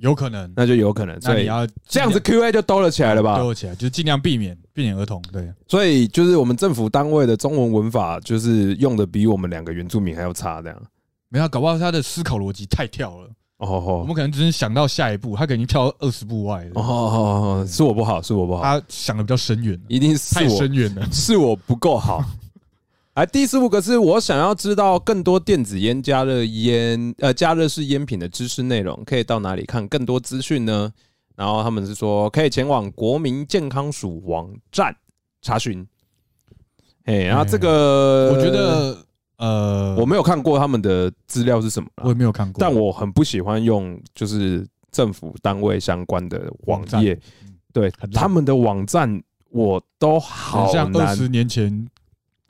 [SPEAKER 2] 有可能。
[SPEAKER 1] 那就有可能，
[SPEAKER 2] 那
[SPEAKER 1] 所
[SPEAKER 2] 你
[SPEAKER 1] 以
[SPEAKER 2] 要
[SPEAKER 1] 嗯这样子 Q A 就兜了起来了吧
[SPEAKER 2] 对？我起来，就是尽量避免避免儿童。对，
[SPEAKER 1] 所以就是我们政府单位的中文文法，就是用的比我们两个原住民还要差，这样。
[SPEAKER 2] 没有，搞不好他的思考逻辑太跳了，
[SPEAKER 1] 哦
[SPEAKER 2] 我
[SPEAKER 1] 哦
[SPEAKER 2] 们可能只是想到下一步，他可能已经跳到二十步外
[SPEAKER 1] 哦
[SPEAKER 2] 了，
[SPEAKER 1] 哦哦，是我不好，是我不好，
[SPEAKER 2] 他想的比较深远了，
[SPEAKER 1] 一定是
[SPEAKER 2] 太
[SPEAKER 1] 我
[SPEAKER 2] 深远了。
[SPEAKER 1] 是我不够好。 哎，第十五个是我想要知道更多电子烟、加热烟、呃加热式烟品的知识内容，可以到哪里看更多资讯呢？然后他们是说可以前往国民健康署网站查询。哎，然后这个
[SPEAKER 2] 嗯我觉得，呃，
[SPEAKER 1] 我没有看过他们的资料是什么啦
[SPEAKER 2] 我也没有看过，
[SPEAKER 1] 但我很不喜欢用就是政府单位相关的网
[SPEAKER 2] 站
[SPEAKER 1] 页，
[SPEAKER 2] 嗯
[SPEAKER 1] 对
[SPEAKER 2] 很烂
[SPEAKER 1] 他们的网站我都
[SPEAKER 2] 很
[SPEAKER 1] 好
[SPEAKER 2] 像二
[SPEAKER 1] 难
[SPEAKER 2] 十年前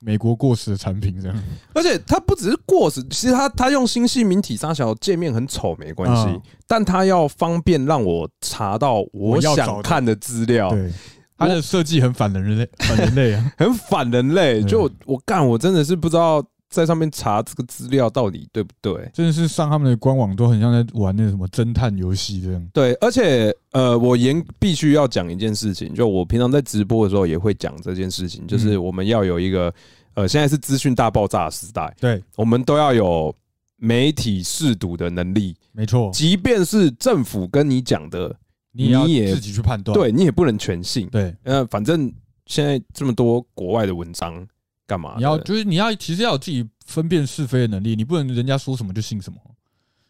[SPEAKER 2] 美国过时的产品这样。
[SPEAKER 1] 而且它不只是过时，其实它它用新细明体沙小界面很丑没关系，
[SPEAKER 2] 嗯
[SPEAKER 1] 但它要方便让我查到我想看的资料，
[SPEAKER 2] 对，它的设计很反人 类，反人类啊。
[SPEAKER 1] 很反人类。
[SPEAKER 2] 嗯
[SPEAKER 1] 就我我干，我真的是不知道在上面查这个资料到底对不对。
[SPEAKER 2] 真的是上他们的官网都很像在玩那什么侦探游戏这样。
[SPEAKER 1] 对，而且呃，我严必须要讲一件事情，就我平常在直播的时候也会讲这件事情，
[SPEAKER 2] 嗯
[SPEAKER 1] 就是我们要有一个呃，现在是资讯大爆炸的时代，
[SPEAKER 2] 对，
[SPEAKER 1] 我们都要有媒体试读的能力，
[SPEAKER 2] 没错，
[SPEAKER 1] 即便是政府跟你讲的。
[SPEAKER 2] 你也要
[SPEAKER 1] 你也
[SPEAKER 2] 自己去判断。
[SPEAKER 1] 对你也不能全信。
[SPEAKER 2] 对，
[SPEAKER 1] 呃，反正现在这么多国外的文章，干嘛的？
[SPEAKER 2] 你 要就是你要其实要有自己分辨是非的能力，你不能人家说什么就信什么。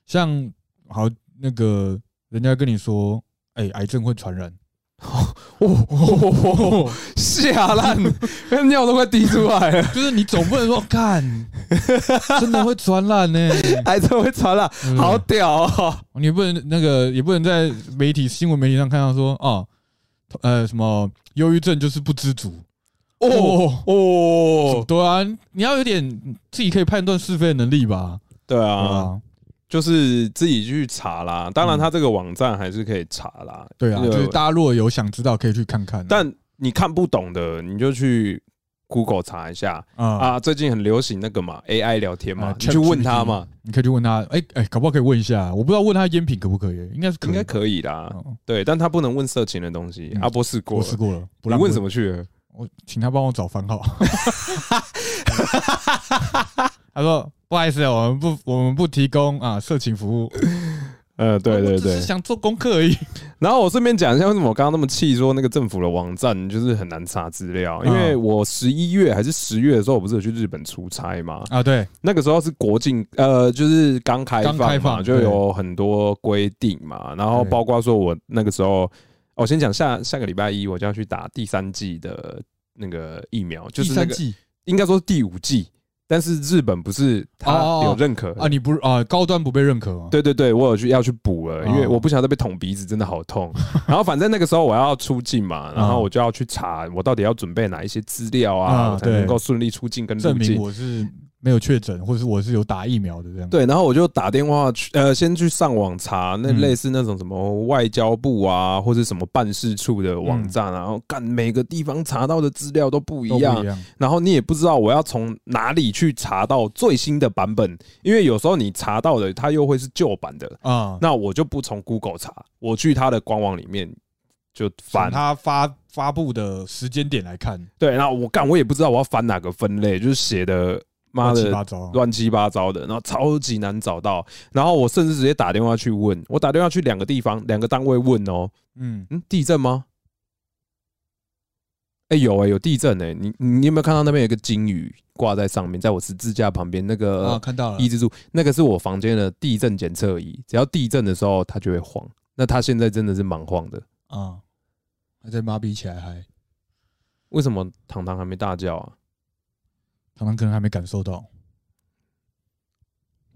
[SPEAKER 2] 像好那个人家跟你说，哎，癌症会传染，
[SPEAKER 1] 哦，下烂，尿都快滴出来了，
[SPEAKER 2] 就是你总不能说干，真的会传染呢、
[SPEAKER 1] 癌症会传染，
[SPEAKER 2] 对不对
[SPEAKER 1] 好屌哦！
[SPEAKER 2] 你不能那个，也不能在媒体新闻媒体上看到说哦，呃，什么忧郁症就是不知足哦
[SPEAKER 1] 哦，
[SPEAKER 2] 对啊，你要有点自己可以判断是非的能力吧？
[SPEAKER 1] 对啊，
[SPEAKER 2] 啊，
[SPEAKER 1] 就是自己去查啦。当然，他这个网站还是可以查啦。
[SPEAKER 2] 嗯对啊，
[SPEAKER 1] 那个
[SPEAKER 2] 就是大家如果有想知道，可以去看看啊。
[SPEAKER 1] 但你看不懂的，你就去 Google 查一下
[SPEAKER 2] 啊，
[SPEAKER 1] 啊。最近很流行那个嘛，AI 聊天嘛
[SPEAKER 2] 啊，
[SPEAKER 1] 你去问他嘛，
[SPEAKER 2] 你可以去问他，哎哎，搞不好可以问一下，我不知道问他烟品可不可以，应该是
[SPEAKER 1] 应该
[SPEAKER 2] 以
[SPEAKER 1] 可以啦。
[SPEAKER 2] 吧。哦
[SPEAKER 1] 对，但他不能问色情的东西。
[SPEAKER 2] 嗯
[SPEAKER 1] 阿波试过
[SPEAKER 2] 我
[SPEAKER 1] 了，
[SPEAKER 2] 试过了，不
[SPEAKER 1] 你
[SPEAKER 2] 让
[SPEAKER 1] 问什？么去了？
[SPEAKER 2] 我请他帮我找番号。 他说不好意思，我们不我们不提供啊色情服务。
[SPEAKER 1] 呃，对对
[SPEAKER 2] 啊我只
[SPEAKER 1] 对
[SPEAKER 2] 是。想做功课而已。
[SPEAKER 1] 然后我顺便讲一下，为什么我刚刚那么气，说那个政府的网站就是很难查资料，因为
[SPEAKER 2] 嗯
[SPEAKER 1] 我十一月还是十月的时候，我不是有去日本出差嘛？
[SPEAKER 2] 啊，对，
[SPEAKER 1] 那个时候是国境，呃，就是刚开放嘛，
[SPEAKER 2] 刚开放
[SPEAKER 1] 就有很多规定嘛。然后包括说我那个时候，我先讲下下个礼拜一我就要去打第三季的那个疫苗，就是
[SPEAKER 2] 第
[SPEAKER 1] 那
[SPEAKER 2] 三
[SPEAKER 1] 个
[SPEAKER 2] 季
[SPEAKER 1] 应该说是第五季，但是日本不是它
[SPEAKER 2] 哦哦哦
[SPEAKER 1] 有认可
[SPEAKER 2] 啊，你不啊高端不被认可啊吗？
[SPEAKER 1] 对对对，我有去要去补了，因为
[SPEAKER 2] 哦
[SPEAKER 1] 我不想再被捅鼻子，真的好 痛。然后反正那个时候我要出境嘛，然后我就要去查我到底要准备哪一些资料啊，
[SPEAKER 2] 哦啊
[SPEAKER 1] 我才能
[SPEAKER 2] 对
[SPEAKER 1] 够顺利出境跟入
[SPEAKER 2] 证明
[SPEAKER 1] 境。
[SPEAKER 2] 我是没有确诊，或者是我是有打疫苗的这样。
[SPEAKER 1] 对，然后我就打电话去，呃，先去上网查那
[SPEAKER 2] 嗯
[SPEAKER 1] 类似那种什么外交部啊，或是什么办事处的网站啊，然后干每个地方查到的资料都不一
[SPEAKER 2] 嗯都不
[SPEAKER 1] 样
[SPEAKER 2] 一，样。
[SPEAKER 1] 然后你也不知道我要从哪里去查到最新的版本，因为有时候你查到的它又会是旧版的，
[SPEAKER 2] 啊，
[SPEAKER 1] 那我就不从 Google 查，我去他的官网里面就
[SPEAKER 2] 从
[SPEAKER 1] 翻。
[SPEAKER 2] 它发发布的时间点来看，
[SPEAKER 1] 对，然后我干，我也不知道我要翻哪个分类，就是写的妈
[SPEAKER 2] 乱七
[SPEAKER 1] 的
[SPEAKER 2] 八糟啊，
[SPEAKER 1] 乱七八糟的，然后超级难找到。然后我甚至直接打电话去问，我打电话去两个地方、两个单位问哦，
[SPEAKER 2] 嗯，
[SPEAKER 1] 嗯，地震吗？哎、有哎、有地震哎、你你你有没有看到那边有一个金鱼挂在上面，在我十字架旁边那
[SPEAKER 2] 啊，
[SPEAKER 1] 个
[SPEAKER 2] 看到了
[SPEAKER 1] 抑，制住，那个是我房间的地震检测仪，只要地震的时候它就会晃。那它现在真的是蛮晃的，
[SPEAKER 2] 啊，还在麻痹起来，还
[SPEAKER 1] 为什么糖糖还没大叫啊？
[SPEAKER 2] 糖糖可能还没感受到，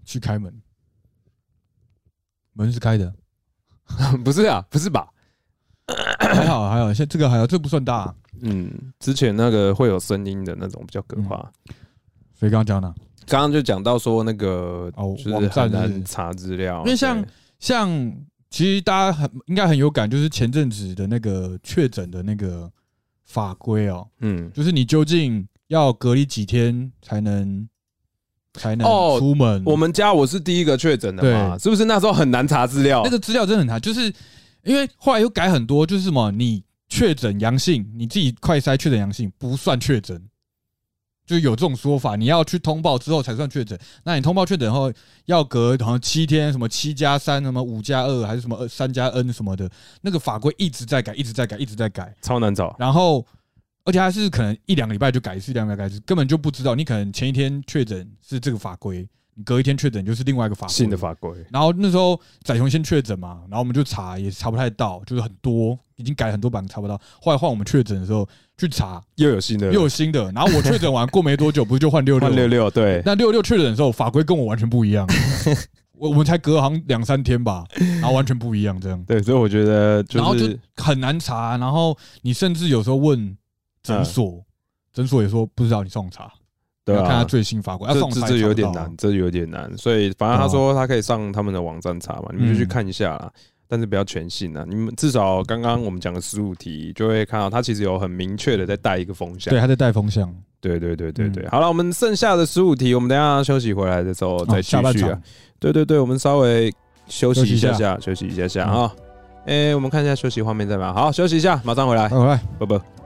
[SPEAKER 2] 去开门，门是开的，
[SPEAKER 1] 不是啊，不是吧？
[SPEAKER 2] 还好还好，现在这个还好，这不算大啊，
[SPEAKER 1] 嗯，之前那个会有声音的那种比较可怕。
[SPEAKER 2] 所以刚刚讲哪？
[SPEAKER 1] 刚刚就讲到说那个
[SPEAKER 2] 哦
[SPEAKER 1] 就是
[SPEAKER 2] 网站
[SPEAKER 1] 很
[SPEAKER 2] 是不是
[SPEAKER 1] 难查资料，
[SPEAKER 2] 因为像
[SPEAKER 1] 对
[SPEAKER 2] 像其实大家很应该很有感，就是前阵子的那个确诊的那个法规哦，
[SPEAKER 1] 嗯
[SPEAKER 2] 就是你究竟要隔离几天才能才能
[SPEAKER 1] 哦
[SPEAKER 2] 出门？
[SPEAKER 1] 我们家我是第一个确诊的嘛，是不是那时候很难查资料？
[SPEAKER 2] 那个资料真的很难，就是因为后来又改很多，就是什么你确诊阳性，你自己快筛确诊阳性不算确诊，就有这种说法，你要去通报之后才算确诊。那你通报确诊后要隔好像七天，什么七加三，什么五加二，还是什么三加 N 什么的，那个法规一直在改，一直在改，一直在改。
[SPEAKER 1] 超难找，
[SPEAKER 2] 然后而且它是可能一两个礼拜就改一次，两个礼拜改一次，根本就不知道。你可能前一天确诊是这个法规，你隔一天确诊就是另外一个法规
[SPEAKER 1] 新的法规，
[SPEAKER 2] 然后那时候仔雄先确诊嘛，然后我们就查也查不太到，就是很多已经改很多版查不到。后来换我们确诊的时候去查，
[SPEAKER 1] 又有新的
[SPEAKER 2] 又有新的。然后我确诊完过没多久，不是就换六
[SPEAKER 1] 换六
[SPEAKER 2] 六？
[SPEAKER 1] 六，对，
[SPEAKER 2] 那六六确诊的时候法规跟我完全不 一样，我我们才隔好像两三天吧，然后完全不一样这样，
[SPEAKER 1] 对，所以我觉得
[SPEAKER 2] 然后
[SPEAKER 1] 就
[SPEAKER 2] 就是很难查。然后你甚至有时候问诊所，诊所也说不知道，你上网查，
[SPEAKER 1] 嗯对
[SPEAKER 2] 要看
[SPEAKER 1] 啊
[SPEAKER 2] 他。最新法规，要上
[SPEAKER 1] 这
[SPEAKER 2] 网
[SPEAKER 1] 这
[SPEAKER 2] 查
[SPEAKER 1] 这
[SPEAKER 2] 也
[SPEAKER 1] 有
[SPEAKER 2] 查不
[SPEAKER 1] 点
[SPEAKER 2] 到啊哦
[SPEAKER 1] 难，。这有点难，所以反正他说他可以上他们的网站查嘛，你们就去
[SPEAKER 2] 嗯
[SPEAKER 1] 看一下啦，但是不要全信啊。你们至少刚刚我们讲的十五题，就会看到它其实有很明确的在带一个风向
[SPEAKER 2] 对，。他在带风向，
[SPEAKER 1] 对对对对对，
[SPEAKER 2] 嗯
[SPEAKER 1] 好了，我们剩下的十五题，我们等一下休息回来的时候再
[SPEAKER 2] 哦
[SPEAKER 1] 继
[SPEAKER 2] 下半
[SPEAKER 1] 续
[SPEAKER 2] 场
[SPEAKER 1] 啊。对对对，我们稍微休息一下下，休息一下下
[SPEAKER 2] 嗯
[SPEAKER 1] 啊。哎，我们看一下休息画面在哪？好，休息一下，马上回来，
[SPEAKER 2] 哦快回来。
[SPEAKER 1] 拜拜。